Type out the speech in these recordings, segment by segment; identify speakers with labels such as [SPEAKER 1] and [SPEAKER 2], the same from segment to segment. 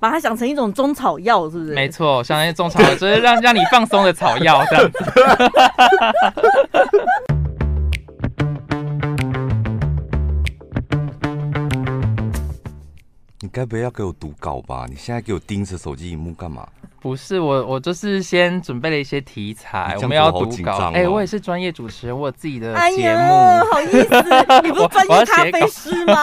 [SPEAKER 1] 把它想成一种中草药，是不是？
[SPEAKER 2] 没错，像那些种草，就是让让你放松的草药这样子。
[SPEAKER 3] 你该不会要给我读稿吧？你现在给我盯着手机荧幕干嘛？
[SPEAKER 2] 不是我，我就是先准备了一些题材，
[SPEAKER 3] 你这样
[SPEAKER 2] 我们要
[SPEAKER 3] 子我好
[SPEAKER 2] 读
[SPEAKER 3] 紧
[SPEAKER 2] 稿
[SPEAKER 3] 张。
[SPEAKER 2] 哎、
[SPEAKER 3] 哦
[SPEAKER 2] 我也是专业主持人，我有自己的
[SPEAKER 1] 哎
[SPEAKER 2] 节目。
[SPEAKER 1] 呀，好意思，你不是专
[SPEAKER 2] 我我要
[SPEAKER 1] 业
[SPEAKER 2] 写
[SPEAKER 1] 咖啡师吗？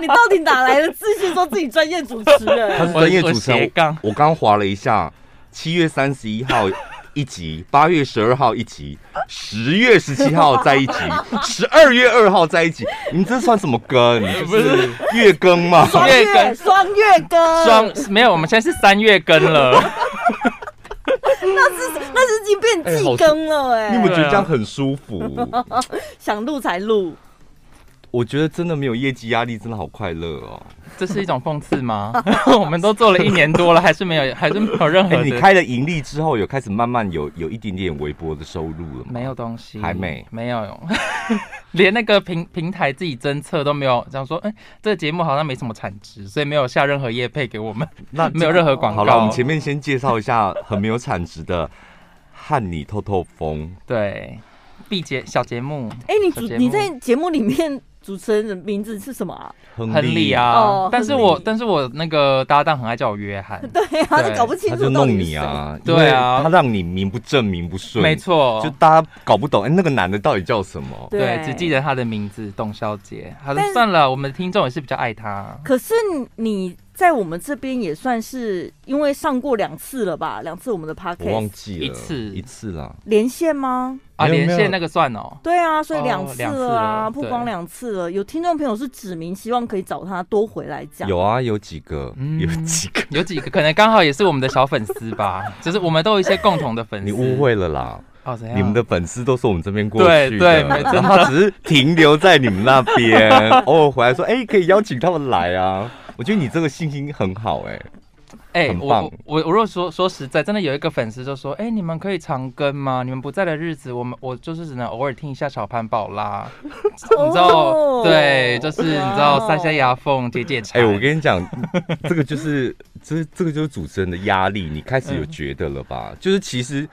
[SPEAKER 1] 你到底哪来的自信说自己专业主持
[SPEAKER 3] 他
[SPEAKER 1] 人？
[SPEAKER 3] 是专业
[SPEAKER 2] 呃我
[SPEAKER 3] 主持人
[SPEAKER 2] 我斜杠。
[SPEAKER 3] 我我刚划了一下，七月三十一号一集，八月十二号一集，十月十七号在一集，十二月二号在一集。你们这算什么更？就是月更 吗？
[SPEAKER 1] 双
[SPEAKER 2] 月更
[SPEAKER 1] 月双月更，
[SPEAKER 2] 双没有，我们现在是三月更 了，
[SPEAKER 1] 那是已经变
[SPEAKER 3] 哎好
[SPEAKER 1] 季更了哎、
[SPEAKER 3] 你们
[SPEAKER 2] 啊
[SPEAKER 3] 觉得这样很舒服？
[SPEAKER 1] 想录才录，
[SPEAKER 3] 我觉得真的没有业绩压力，真的好快乐哦。
[SPEAKER 2] 这是一种讽刺吗？ 我们都做了一年多了，还是没有，还是没有任何
[SPEAKER 3] 哎，你
[SPEAKER 2] 的、
[SPEAKER 3] 开了盈利之后，有开始慢慢有有一点点微薄的收入了吗？
[SPEAKER 2] 没有东西，
[SPEAKER 3] 还没
[SPEAKER 2] 没有， 连那个平平台自己侦测都没有，这样说，哎、这个节目好像没什么产值，所以没有下任何业配给我们，
[SPEAKER 3] 那
[SPEAKER 2] 没有任何广告。
[SPEAKER 3] 好了，我们前面先介绍一下很没有产值的和你透透风。
[SPEAKER 2] 对。毕节小节目，
[SPEAKER 1] 哎、你
[SPEAKER 2] 小
[SPEAKER 1] 主
[SPEAKER 2] 节目
[SPEAKER 1] 你在节目里面主持人的名字是什么啊？
[SPEAKER 3] 亨
[SPEAKER 2] 亨利，啊
[SPEAKER 1] 哦，
[SPEAKER 2] 但是
[SPEAKER 1] 亨利
[SPEAKER 2] 我但是我那个搭档很爱叫我约翰，
[SPEAKER 1] 对啊，
[SPEAKER 2] 对
[SPEAKER 1] 都搞不清
[SPEAKER 3] 他就
[SPEAKER 1] 楚到
[SPEAKER 3] 弄
[SPEAKER 1] 底是
[SPEAKER 3] 你
[SPEAKER 1] 谁。
[SPEAKER 3] 啊，
[SPEAKER 2] 对啊
[SPEAKER 3] 因为他让你名不正名不顺，
[SPEAKER 2] 没，错，
[SPEAKER 3] 就大家搞不懂，哎、那个男的到底叫什么？
[SPEAKER 2] 对，只记
[SPEAKER 1] 得。
[SPEAKER 2] 得她的名字董小姐。好的
[SPEAKER 1] 但，是
[SPEAKER 2] 算了，我们的听众也是比较爱她。
[SPEAKER 1] 可是你在我们这边也算是，因为上过两次了吧？两次我们的
[SPEAKER 3] 我忘
[SPEAKER 1] podcast
[SPEAKER 3] 记了，
[SPEAKER 2] 一次
[SPEAKER 3] 一次啦。
[SPEAKER 1] 连线吗？
[SPEAKER 2] 啊，
[SPEAKER 3] 没有
[SPEAKER 2] 连
[SPEAKER 3] 没
[SPEAKER 2] 线
[SPEAKER 3] 有
[SPEAKER 2] 那个算哦。
[SPEAKER 1] 对啊，所以
[SPEAKER 2] 哦
[SPEAKER 1] 两次
[SPEAKER 2] 两次
[SPEAKER 1] 了啊，
[SPEAKER 2] 了
[SPEAKER 1] 曝
[SPEAKER 2] 对
[SPEAKER 1] 光两次了。有听众朋友是指明希望可以找他多回来讲，
[SPEAKER 3] 有啊，有几个，
[SPEAKER 2] 嗯
[SPEAKER 3] 有几个，
[SPEAKER 2] 有几个可能刚好也是我们的小粉丝吧，就是我们都有一些共同的粉丝。
[SPEAKER 3] 你误会了啦。
[SPEAKER 2] 哦，怎样？
[SPEAKER 3] 你们的粉丝都是我们这边过去的，
[SPEAKER 2] 对对没
[SPEAKER 3] 然后他只是停留在你们那边， 偶尔回来说，哎、可以邀请他们来啊。我觉得你这个信心很好、哎，
[SPEAKER 2] 哎、
[SPEAKER 3] 很
[SPEAKER 2] 我
[SPEAKER 3] 棒
[SPEAKER 2] 我我我如果说说实在，真的有一个粉丝就说，哎、你们可以常更吗？你们不在的日子，我们我就是只能偶尔听一下小潘宝 拉，你知道？
[SPEAKER 1] 哦
[SPEAKER 2] 对，就是你知道
[SPEAKER 1] 哇哦
[SPEAKER 2] 塞塞牙缝解解馋。
[SPEAKER 3] 哎、我跟 你讲，这个就是这这个就是主持人的压力，你开
[SPEAKER 2] 嗯
[SPEAKER 3] 始有觉得了吧？就是其实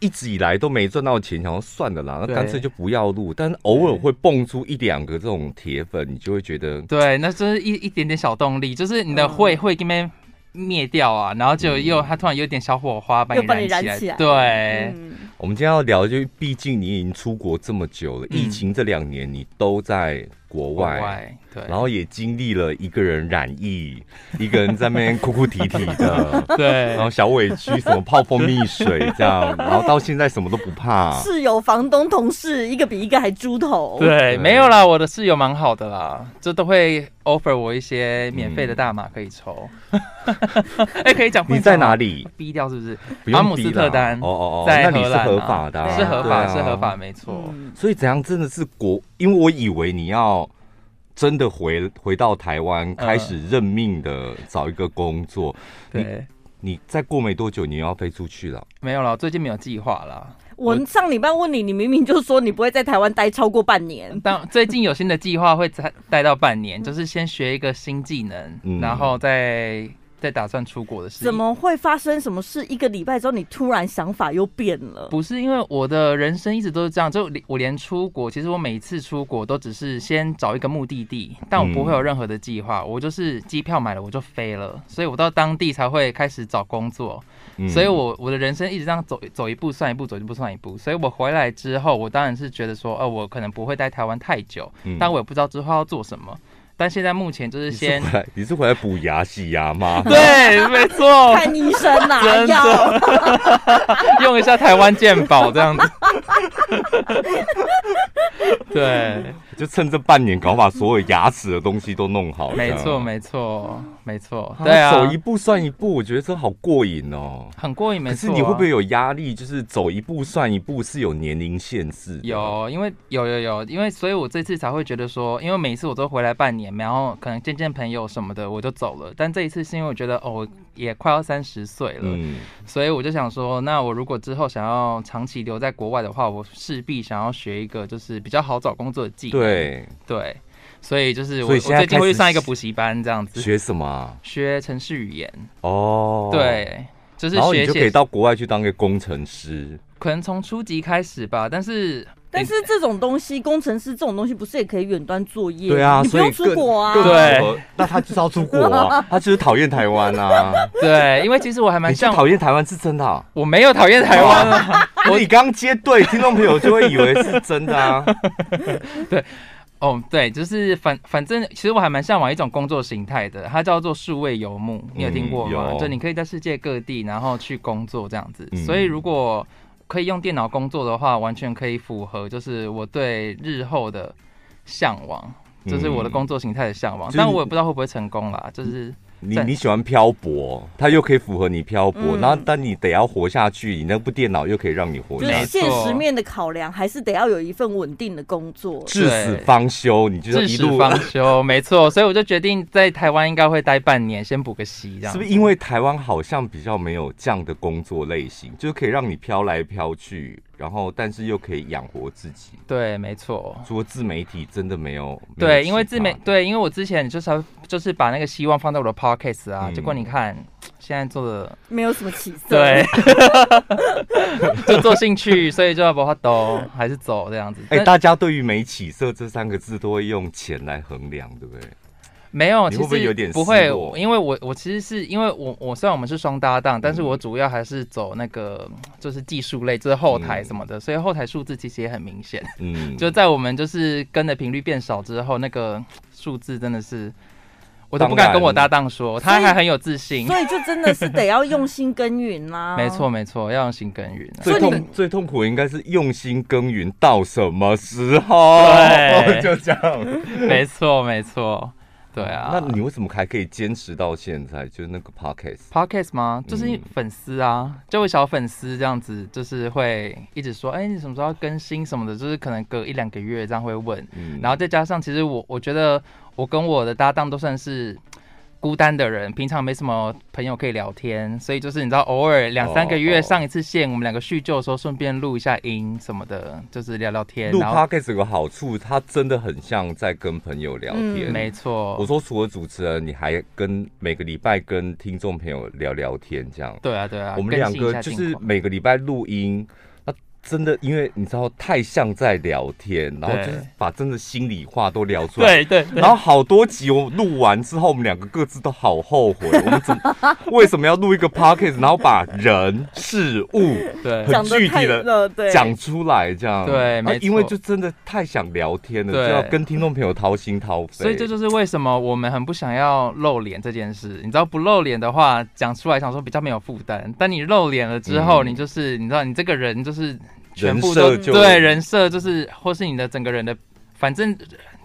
[SPEAKER 3] 一直以来都没赚到钱，想要算了啦，那
[SPEAKER 2] 对
[SPEAKER 3] 干脆就不要录。但是偶尔会蹦出一两个这种铁粉，你就会觉得
[SPEAKER 2] 对，那就是一一点点小动力，就是
[SPEAKER 1] 嗯
[SPEAKER 2] 你的会会给面灭掉啊，然后就
[SPEAKER 3] 嗯
[SPEAKER 2] 又它突然有点小火花把
[SPEAKER 1] 又把你
[SPEAKER 2] 你
[SPEAKER 1] 燃
[SPEAKER 2] 燃
[SPEAKER 1] 起来
[SPEAKER 2] 对，哎
[SPEAKER 1] 嗯，
[SPEAKER 3] 我们今天要聊，就是毕竟你已经出国这么久了，
[SPEAKER 2] 嗯
[SPEAKER 3] 疫情这两年你都在国
[SPEAKER 2] 国
[SPEAKER 3] 外。
[SPEAKER 2] 外对，
[SPEAKER 3] 然后也经历了一个人染疫，一个人在那边哭哭啼啼 的，
[SPEAKER 2] 对
[SPEAKER 3] 然后小委屈，什么泡蜂蜜水这样，然后到现在什么都不怕。
[SPEAKER 1] 室友、房东、同事，一个比一个还猪头。
[SPEAKER 2] 啊对，没有啦，我的室友蛮好的啦，就都会 offer 我一些
[SPEAKER 3] 嗯
[SPEAKER 2] 免费的大码可以 抽。哎、可以讲
[SPEAKER 3] 你在哪？里？
[SPEAKER 2] 逼掉是不是？
[SPEAKER 3] 不用
[SPEAKER 2] 阿姆
[SPEAKER 3] 逼
[SPEAKER 2] 斯
[SPEAKER 3] 啦
[SPEAKER 2] 特丹
[SPEAKER 3] 哦哦哦，
[SPEAKER 2] 在
[SPEAKER 3] 那
[SPEAKER 2] 荷
[SPEAKER 3] 你是
[SPEAKER 2] 兰、啊、
[SPEAKER 3] 合法的啊，
[SPEAKER 2] 是合
[SPEAKER 3] 对
[SPEAKER 2] 法，
[SPEAKER 3] 啊
[SPEAKER 2] 是合法，。没错。
[SPEAKER 1] 嗯，
[SPEAKER 3] 所以怎样真的是国，因为我以为你要真的回回到台
[SPEAKER 2] 嗯
[SPEAKER 3] 湾，开始认命的找一个工作。
[SPEAKER 2] 对，
[SPEAKER 3] 你再过没多久，你又要飞出去了。
[SPEAKER 2] 没有啦，我最近没有计划啦。
[SPEAKER 1] 我上礼拜问你，你明明就说你不会在台湾待超过半年。
[SPEAKER 2] 但最近有新的计划会待待到半年，就是先学一个新技能，
[SPEAKER 3] 嗯
[SPEAKER 2] 然后再再打算出国的事。
[SPEAKER 1] 怎？么会发生什么事？一个礼拜之后，你突然想法又变了。
[SPEAKER 2] 不是因为我的人生一直都是这样，就连我连出国，其实我每一次出国都只是先找一个目的地，但我不会有
[SPEAKER 3] 嗯
[SPEAKER 2] 任何的计划，我就是机票买了我就飞了，所以我到当地才会开始找工作，
[SPEAKER 3] 嗯
[SPEAKER 2] 所以我我的人生一直这样走走一步算一步，走一步算一步，所以我回来之后，我当然是觉得说，呃，我可能不会待台湾太久，
[SPEAKER 3] 嗯
[SPEAKER 2] 但我也不知道之后要做什么，但现在目前就是
[SPEAKER 3] 你是
[SPEAKER 2] 先。
[SPEAKER 3] 回来你是回来补牙洗牙吗？
[SPEAKER 2] 对，没错，
[SPEAKER 1] 看医生啊拿
[SPEAKER 2] 真的
[SPEAKER 1] 药，
[SPEAKER 2] 用一下台湾健保这样子。 对，
[SPEAKER 3] 就趁这半年，搞把所有牙齿的东西都弄好。
[SPEAKER 2] 没
[SPEAKER 3] 这
[SPEAKER 2] 错，
[SPEAKER 3] 样
[SPEAKER 2] 没错，没错，
[SPEAKER 3] 啊
[SPEAKER 2] 对啊，
[SPEAKER 3] 走一步算一步，我觉得这好过瘾哦。
[SPEAKER 2] 很过瘾，没
[SPEAKER 3] 可是
[SPEAKER 2] 错啊。
[SPEAKER 3] 你会不会有压力？就是走一步算一步是有年龄限制的。
[SPEAKER 2] 有？因为有有有，因为所以我这次才会觉得说，因为每次我都回来半年，然后可能见见朋友什么的，我就走了。但这一次是因为我觉得哦，我也快要三十岁了，
[SPEAKER 3] 嗯，
[SPEAKER 2] 所以我就想说，那我如果之后想要长期留在国外的话，我势必想要学一个就是比较好找工作的技能。
[SPEAKER 3] 对，
[SPEAKER 2] 对，所以就是我
[SPEAKER 3] 所以
[SPEAKER 2] 我
[SPEAKER 3] 现在
[SPEAKER 2] 最近会去
[SPEAKER 3] 开始
[SPEAKER 2] 上一个补习班，这样子
[SPEAKER 3] 学什么啊？
[SPEAKER 2] 学城市语言，
[SPEAKER 3] 哦，，
[SPEAKER 2] 对，就是
[SPEAKER 3] 然后
[SPEAKER 2] 学
[SPEAKER 3] 你就可以
[SPEAKER 2] 写，
[SPEAKER 3] 到国外去当一个工程师。
[SPEAKER 2] 可能从初级开始吧，但 是
[SPEAKER 1] 但是这种东西，工程师这种东西不是也可以远端作业？
[SPEAKER 3] 对啊，
[SPEAKER 1] 你不
[SPEAKER 3] 所以
[SPEAKER 1] 用出国啊。
[SPEAKER 3] 更更
[SPEAKER 2] 对
[SPEAKER 3] 适合那他就是要出国啊，他就是讨厌台湾 啊。
[SPEAKER 2] 对，因为其实我还蛮
[SPEAKER 3] 你是
[SPEAKER 2] 像，
[SPEAKER 3] 讨哦厌台湾是真的啊、
[SPEAKER 2] 我没有讨厌台 湾啊，
[SPEAKER 3] 我你刚接对，听众朋友就会以为是真的 啊。
[SPEAKER 2] 哦，对，就是反反正，其实我还蛮向往一种工作形态的，它叫做数位游牧，你有听过吗？
[SPEAKER 3] 嗯有
[SPEAKER 2] 就你可以在世界各地，然后去工作这样子。
[SPEAKER 3] 嗯
[SPEAKER 2] 所以如果可以用电脑工作的话，完全可以符合就是我对日后的向往，
[SPEAKER 3] 嗯
[SPEAKER 2] 就是我的工作形态的向往。
[SPEAKER 3] 就是
[SPEAKER 2] 但我也不知道会不会成功啦，就是
[SPEAKER 3] 你
[SPEAKER 2] 在
[SPEAKER 3] 你喜欢漂泊，它又可以符合你漂泊，
[SPEAKER 1] 嗯
[SPEAKER 3] 然后但你得要活下去，你那部电脑又可以让你活
[SPEAKER 1] 就
[SPEAKER 3] 下
[SPEAKER 1] 是
[SPEAKER 2] 没
[SPEAKER 3] 去，
[SPEAKER 2] 错
[SPEAKER 1] 现实面的考量，还是得要有一份稳定的工作。
[SPEAKER 3] 至死方休，你就是
[SPEAKER 2] 至
[SPEAKER 3] 一
[SPEAKER 2] 死
[SPEAKER 3] 路。
[SPEAKER 2] 方 休，没错。所以我就决定在台湾应该会待半年，先补个习这样
[SPEAKER 3] 是
[SPEAKER 2] 子。
[SPEAKER 3] 不是因为台湾好像比较没有这样的工作类型，就是可以让你飘来飘去，然后但是又可以养活自己？
[SPEAKER 2] 对，没错。
[SPEAKER 3] 说自媒体真的没有没有
[SPEAKER 2] 对，
[SPEAKER 3] 其
[SPEAKER 2] 因为自媒
[SPEAKER 3] 他的
[SPEAKER 2] 对，因为我之前就是就是把那个希望放在我的 podcast 啊，
[SPEAKER 3] 嗯
[SPEAKER 2] 结果你看现在做的
[SPEAKER 1] 没有什么起色。
[SPEAKER 2] 对，，就做兴趣，所以就要把它抖，还是走这样子。
[SPEAKER 3] 哎、
[SPEAKER 2] 但
[SPEAKER 3] 大家对于“没起色”这三个字都会用钱来衡量，对不对？
[SPEAKER 2] 没有，
[SPEAKER 3] 你
[SPEAKER 2] 其
[SPEAKER 3] 会不会
[SPEAKER 2] 实
[SPEAKER 3] 有点
[SPEAKER 2] 不
[SPEAKER 3] 失
[SPEAKER 2] 会
[SPEAKER 3] 落，
[SPEAKER 2] 因为我我其实是因为我我虽然我们是双搭档，但是
[SPEAKER 3] 嗯
[SPEAKER 2] 我主要还是走那个就是技术类，就是后台
[SPEAKER 3] 嗯
[SPEAKER 2] 什么的，所以后台数字其实也很明显。
[SPEAKER 3] 嗯，
[SPEAKER 2] 就在我们就是跟的频率变少之后，那个数字真的是我都不
[SPEAKER 3] 当
[SPEAKER 2] 敢
[SPEAKER 3] 然
[SPEAKER 2] 跟我搭档说，他
[SPEAKER 1] 所以
[SPEAKER 2] 还很有自信。
[SPEAKER 1] 所以就真的是得要用心耕耘啊啦、
[SPEAKER 2] 没错，没错，要用心耕 耘、啊。
[SPEAKER 3] 最
[SPEAKER 1] 所以你
[SPEAKER 3] 痛最痛苦的应该是用心耕耘到什么时候？
[SPEAKER 2] 对
[SPEAKER 3] 就这样。
[SPEAKER 2] 没错，没错，对啊。
[SPEAKER 3] 嗯那你为什么还可以坚持到现在？就是那个 podcast，
[SPEAKER 2] podcast 吗？就是
[SPEAKER 3] 嗯
[SPEAKER 2] 粉丝啊，就会小粉丝这样子，就是会一直说，哎、你什么时候要更新什么的，就是可能隔一两个月这样会问。
[SPEAKER 3] 嗯
[SPEAKER 2] 然后再加上，其实我我觉得我跟我的搭档都算是孤单的人，平常没什么朋友可以聊天，所以就是你知道，偶尔两三个
[SPEAKER 3] 哦
[SPEAKER 2] 月
[SPEAKER 3] 哦
[SPEAKER 2] 上一次线，我们两个叙旧的时候，顺便录一下音什么的，就是聊聊天。
[SPEAKER 3] 录
[SPEAKER 2] 然后
[SPEAKER 3] podcast 有个好处，它真的很像在跟朋友聊天。
[SPEAKER 1] 嗯
[SPEAKER 2] 没错，
[SPEAKER 3] 我说除了主持人，你还跟每个礼拜跟听众朋友聊聊天，这样。
[SPEAKER 2] 对啊对啊，
[SPEAKER 3] 我们
[SPEAKER 2] 更
[SPEAKER 3] 两
[SPEAKER 2] 新一
[SPEAKER 3] 个
[SPEAKER 2] 下
[SPEAKER 3] 就
[SPEAKER 2] 近
[SPEAKER 3] 是
[SPEAKER 2] 况
[SPEAKER 3] 每个礼拜录音，那真的因为你知道太像在聊天，然后
[SPEAKER 2] 对
[SPEAKER 3] 就是把真的心里话都聊出来。
[SPEAKER 2] 对对对
[SPEAKER 3] 然后好多集我录完之后，我们两个各自都好后悔，我们怎么为什么要录一个 podcast，然后把人事物
[SPEAKER 2] 对
[SPEAKER 3] 很
[SPEAKER 1] 讲的
[SPEAKER 3] 具
[SPEAKER 1] 太
[SPEAKER 3] 体的
[SPEAKER 1] 了，对，
[SPEAKER 3] 讲出来这样？
[SPEAKER 2] 对
[SPEAKER 3] 然后
[SPEAKER 2] 没错
[SPEAKER 3] 因为就真的太想聊天了，
[SPEAKER 2] 对
[SPEAKER 3] 就要跟听众朋友掏心掏肺。
[SPEAKER 2] 所以这就是为什么我们很不想要露脸这件事。你知道不露脸的话，讲出来想说比较没有负担，但你露脸了之后，
[SPEAKER 3] 嗯
[SPEAKER 2] 你就是你知道你这个人就是全
[SPEAKER 3] 人
[SPEAKER 2] 部都
[SPEAKER 3] 设就
[SPEAKER 2] 对人设就是，或是你的整个人的，反正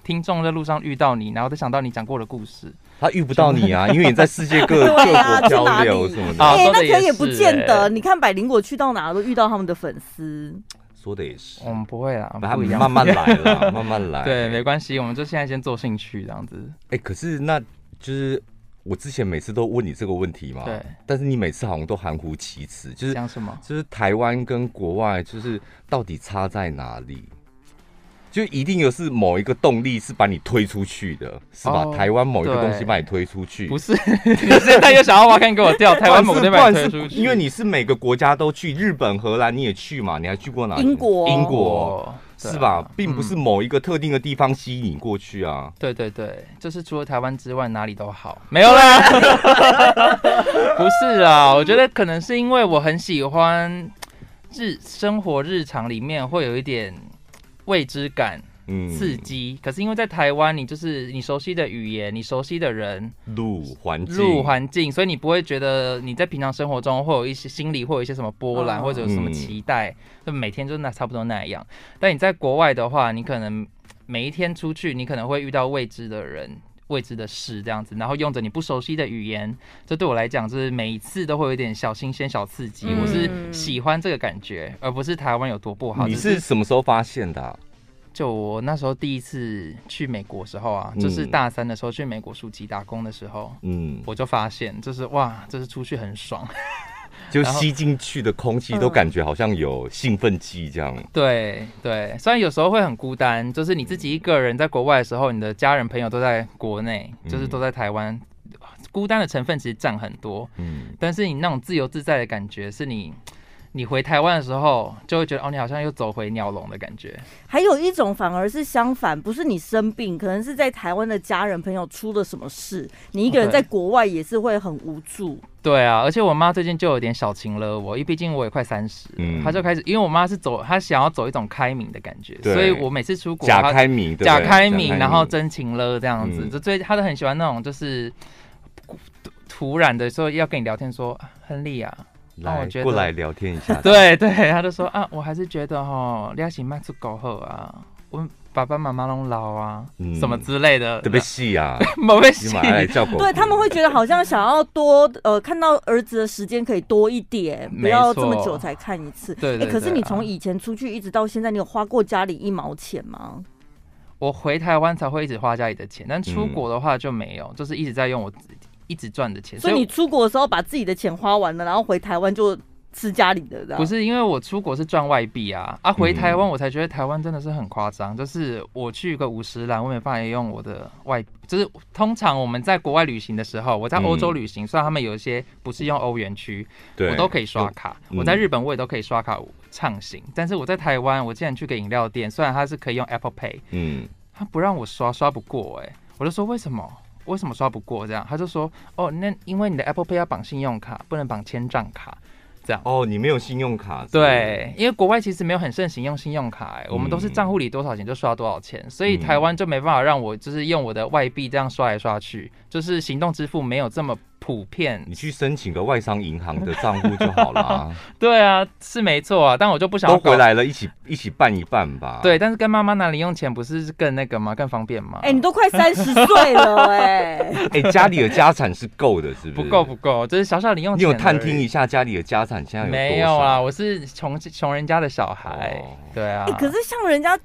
[SPEAKER 2] 听众在路上遇到你，然后再想到你讲过的故事
[SPEAKER 3] 他遇不到你啊，因为你在世 界各各
[SPEAKER 1] 对啊
[SPEAKER 3] 国
[SPEAKER 1] 去哪
[SPEAKER 3] 漂
[SPEAKER 1] 里
[SPEAKER 3] 流什么的。
[SPEAKER 2] 啊
[SPEAKER 1] 哎、
[SPEAKER 2] 说
[SPEAKER 1] 那
[SPEAKER 2] 得也
[SPEAKER 1] 可也不
[SPEAKER 2] 是
[SPEAKER 1] 见得。
[SPEAKER 2] 哎
[SPEAKER 1] 你看百灵果去到哪都遇到他们的粉丝，
[SPEAKER 3] 说的也是
[SPEAKER 2] 我，们不会啦，
[SPEAKER 3] 他
[SPEAKER 2] 嗯不一样，
[SPEAKER 3] 慢慢来啦，慢慢 来。
[SPEAKER 2] 对，没关系，我们就现在先做兴趣这样子。
[SPEAKER 3] 哎、可是那就是我之前每次都问你这个问题嘛，
[SPEAKER 2] 对，
[SPEAKER 3] 但是你每次好像都含糊其辞，就是
[SPEAKER 2] 讲什 么？
[SPEAKER 3] 就是台湾跟国外就是到底差在哪里？就一定有是某一个动力是把你推出去的，是吧？
[SPEAKER 2] 哦
[SPEAKER 3] 台湾某一个东西
[SPEAKER 2] 对
[SPEAKER 3] 把你推出去，
[SPEAKER 2] 不是，你现在又想要挖坑给我掉？台湾某个地方
[SPEAKER 3] 不然
[SPEAKER 2] 也推
[SPEAKER 3] 是
[SPEAKER 2] 出去，
[SPEAKER 3] 因为你是每个国家都去，日本、荷兰你也去嘛，你还去过哪里？
[SPEAKER 1] 英
[SPEAKER 2] 哦
[SPEAKER 1] 国
[SPEAKER 3] 英国
[SPEAKER 2] 我对啊
[SPEAKER 3] 是吧？并不
[SPEAKER 2] 嗯
[SPEAKER 3] 是某一个特定的地方吸引你过去啊。
[SPEAKER 2] 对对对，就是除了台湾之外，哪里都好。没有啦，不是啊，我觉得可能是因为我很喜欢日生活日常里面会有一点未知感、
[SPEAKER 3] 嗯，
[SPEAKER 2] 刺激。可是因为在台湾，你就是你熟悉的语言、你熟悉的人、
[SPEAKER 3] 路环境，
[SPEAKER 2] 路环境，所以你不会觉得你在平常生活中会有一些心里会有一些什么波澜，
[SPEAKER 1] 嗯
[SPEAKER 2] 或者有什么
[SPEAKER 3] 嗯
[SPEAKER 2] 期待，就每天就那差不多那样。但你在国外的话，你可能每一天出去，你可能会遇到未知的人。未知的事这样子，然后用着你不熟悉的语言，这对我来讲就是每一次都会有一点小新鲜、小刺激。
[SPEAKER 1] 嗯
[SPEAKER 2] 我是喜欢这个感觉，而不是台湾有多不好。
[SPEAKER 3] 你
[SPEAKER 2] 只
[SPEAKER 3] 是什么时候发现的啊、
[SPEAKER 2] 就我那时候第一次去美国的时候啊，就是
[SPEAKER 3] 嗯
[SPEAKER 2] 大三的时候去美国暑期打工的时候，
[SPEAKER 3] 嗯，
[SPEAKER 2] 我就发现，就是哇，就是出去很爽，
[SPEAKER 3] 就
[SPEAKER 2] 然后
[SPEAKER 3] 吸进去的空气都
[SPEAKER 1] 嗯
[SPEAKER 3] 感觉好像有兴奋剂这样。
[SPEAKER 2] 对对，虽然有时候会很孤单，就是你
[SPEAKER 3] 嗯
[SPEAKER 2] 自己一个人在国外的时候，你的家人朋友都在国内，就是
[SPEAKER 3] 嗯
[SPEAKER 2] 都在台湾，孤单的成分其实占很多。
[SPEAKER 3] 嗯，
[SPEAKER 2] 但是你那种自由自在的感觉，是你你回台湾的时候就会觉得哦，你好像又走回鸟笼的感觉。
[SPEAKER 1] 还有一种反而是相反，不是你生病，可能是在台湾的家人朋友出了什么事，你一个人
[SPEAKER 2] 哦对
[SPEAKER 1] 在国外也是会很无助。
[SPEAKER 2] 对啊，而且我妈最近就有点小情了我，因为毕竟我也快三十、
[SPEAKER 3] 嗯
[SPEAKER 2] 她就开始，因为我妈是走，她想要走一种开明的感觉，
[SPEAKER 3] 对
[SPEAKER 2] 所以我每次出国，
[SPEAKER 3] 假
[SPEAKER 2] 她
[SPEAKER 3] 开明，对不对
[SPEAKER 2] 假开明，然后真情了这样子，
[SPEAKER 3] 嗯
[SPEAKER 2] 就最她都很喜欢那种就是突突然的说要跟你聊天说，啊亨利啊，让我
[SPEAKER 3] 来
[SPEAKER 2] 觉得。
[SPEAKER 3] 过来聊天一下
[SPEAKER 2] 对对，她就说啊，我还是觉得哈，你要是卖出狗后啊，我们爸爸妈妈拢老啊，
[SPEAKER 3] 嗯
[SPEAKER 2] 什么之类的，
[SPEAKER 3] 特别 细啊，
[SPEAKER 2] 某被
[SPEAKER 3] 你
[SPEAKER 2] 戏
[SPEAKER 3] 马上来叫狗。
[SPEAKER 1] 对他们会觉得好像想要多呃看到儿子的时间可以多一点，不
[SPEAKER 2] 没
[SPEAKER 1] 要这么
[SPEAKER 2] 错
[SPEAKER 1] 久才看一次。
[SPEAKER 2] 对
[SPEAKER 1] 哎、
[SPEAKER 2] 对
[SPEAKER 1] 可是
[SPEAKER 2] 对
[SPEAKER 1] 你
[SPEAKER 2] 啊
[SPEAKER 1] 从以前出去一直到现在，你有花过家里一毛钱吗？
[SPEAKER 2] 我回台湾才会一直花家里的钱，但出
[SPEAKER 3] 嗯
[SPEAKER 2] 国的话就没有，就是一直在用我自己一直赚的钱。
[SPEAKER 1] 所以你
[SPEAKER 2] 我
[SPEAKER 1] 出国的时候把自己的钱花完了，然后回台湾就吃家里的，这样
[SPEAKER 2] 不是因为我出国是赚外币啊，啊
[SPEAKER 3] 嗯
[SPEAKER 2] 回台湾我才觉得台湾真的是很夸张，就是我去个五十兰，我没办法用我的外，就是通常我们在国外旅行的时候，我在欧洲
[SPEAKER 3] 嗯
[SPEAKER 2] 旅行，虽然他们有一些不是用欧元区，
[SPEAKER 3] 对，
[SPEAKER 2] 我都可以刷卡，
[SPEAKER 3] 嗯
[SPEAKER 2] 我在日本我也都可以刷卡畅行，但是我在台湾，我竟然去个饮料店，虽然它是可以用 Apple Pay，
[SPEAKER 3] 嗯，
[SPEAKER 2] 他不让我刷，刷不过哎、我就说为什么？为什么刷不过？这样他就说哦，那因为你的 Apple Pay 要绑信用卡，不能绑千账卡，这样。
[SPEAKER 3] 哦，你没有信用卡，是不是，
[SPEAKER 2] 对，因为国外其实没有很盛行用信用卡、
[SPEAKER 3] 嗯
[SPEAKER 2] 欸，我们都是账户里多少钱就刷多少钱，所以台湾就没办法让我就是用我的外币这样刷来刷去，就是行动支付没有这么普遍。
[SPEAKER 3] 你去申请个外商银行的账户就 好啦，
[SPEAKER 2] 对啊，是没错啊，但我就不想要
[SPEAKER 3] 都回
[SPEAKER 2] 搞。
[SPEAKER 3] 来了，啊一起一起办一办吧。，
[SPEAKER 2] 对，但是跟妈妈拿零用钱不是更那个吗？更方便吗？
[SPEAKER 1] 哎、你都快三十岁了、哎，
[SPEAKER 3] 哎，家里的家产是够的，是不
[SPEAKER 2] 不
[SPEAKER 3] 是？
[SPEAKER 2] 够不够，就是小小零用
[SPEAKER 3] 你
[SPEAKER 2] 钱而已。
[SPEAKER 3] 有探听一下家里的家产现在有多少？
[SPEAKER 2] 没有啊，，我是穷穷人家的小孩，
[SPEAKER 3] 哦
[SPEAKER 2] 对 啊。
[SPEAKER 1] 哎可是像人家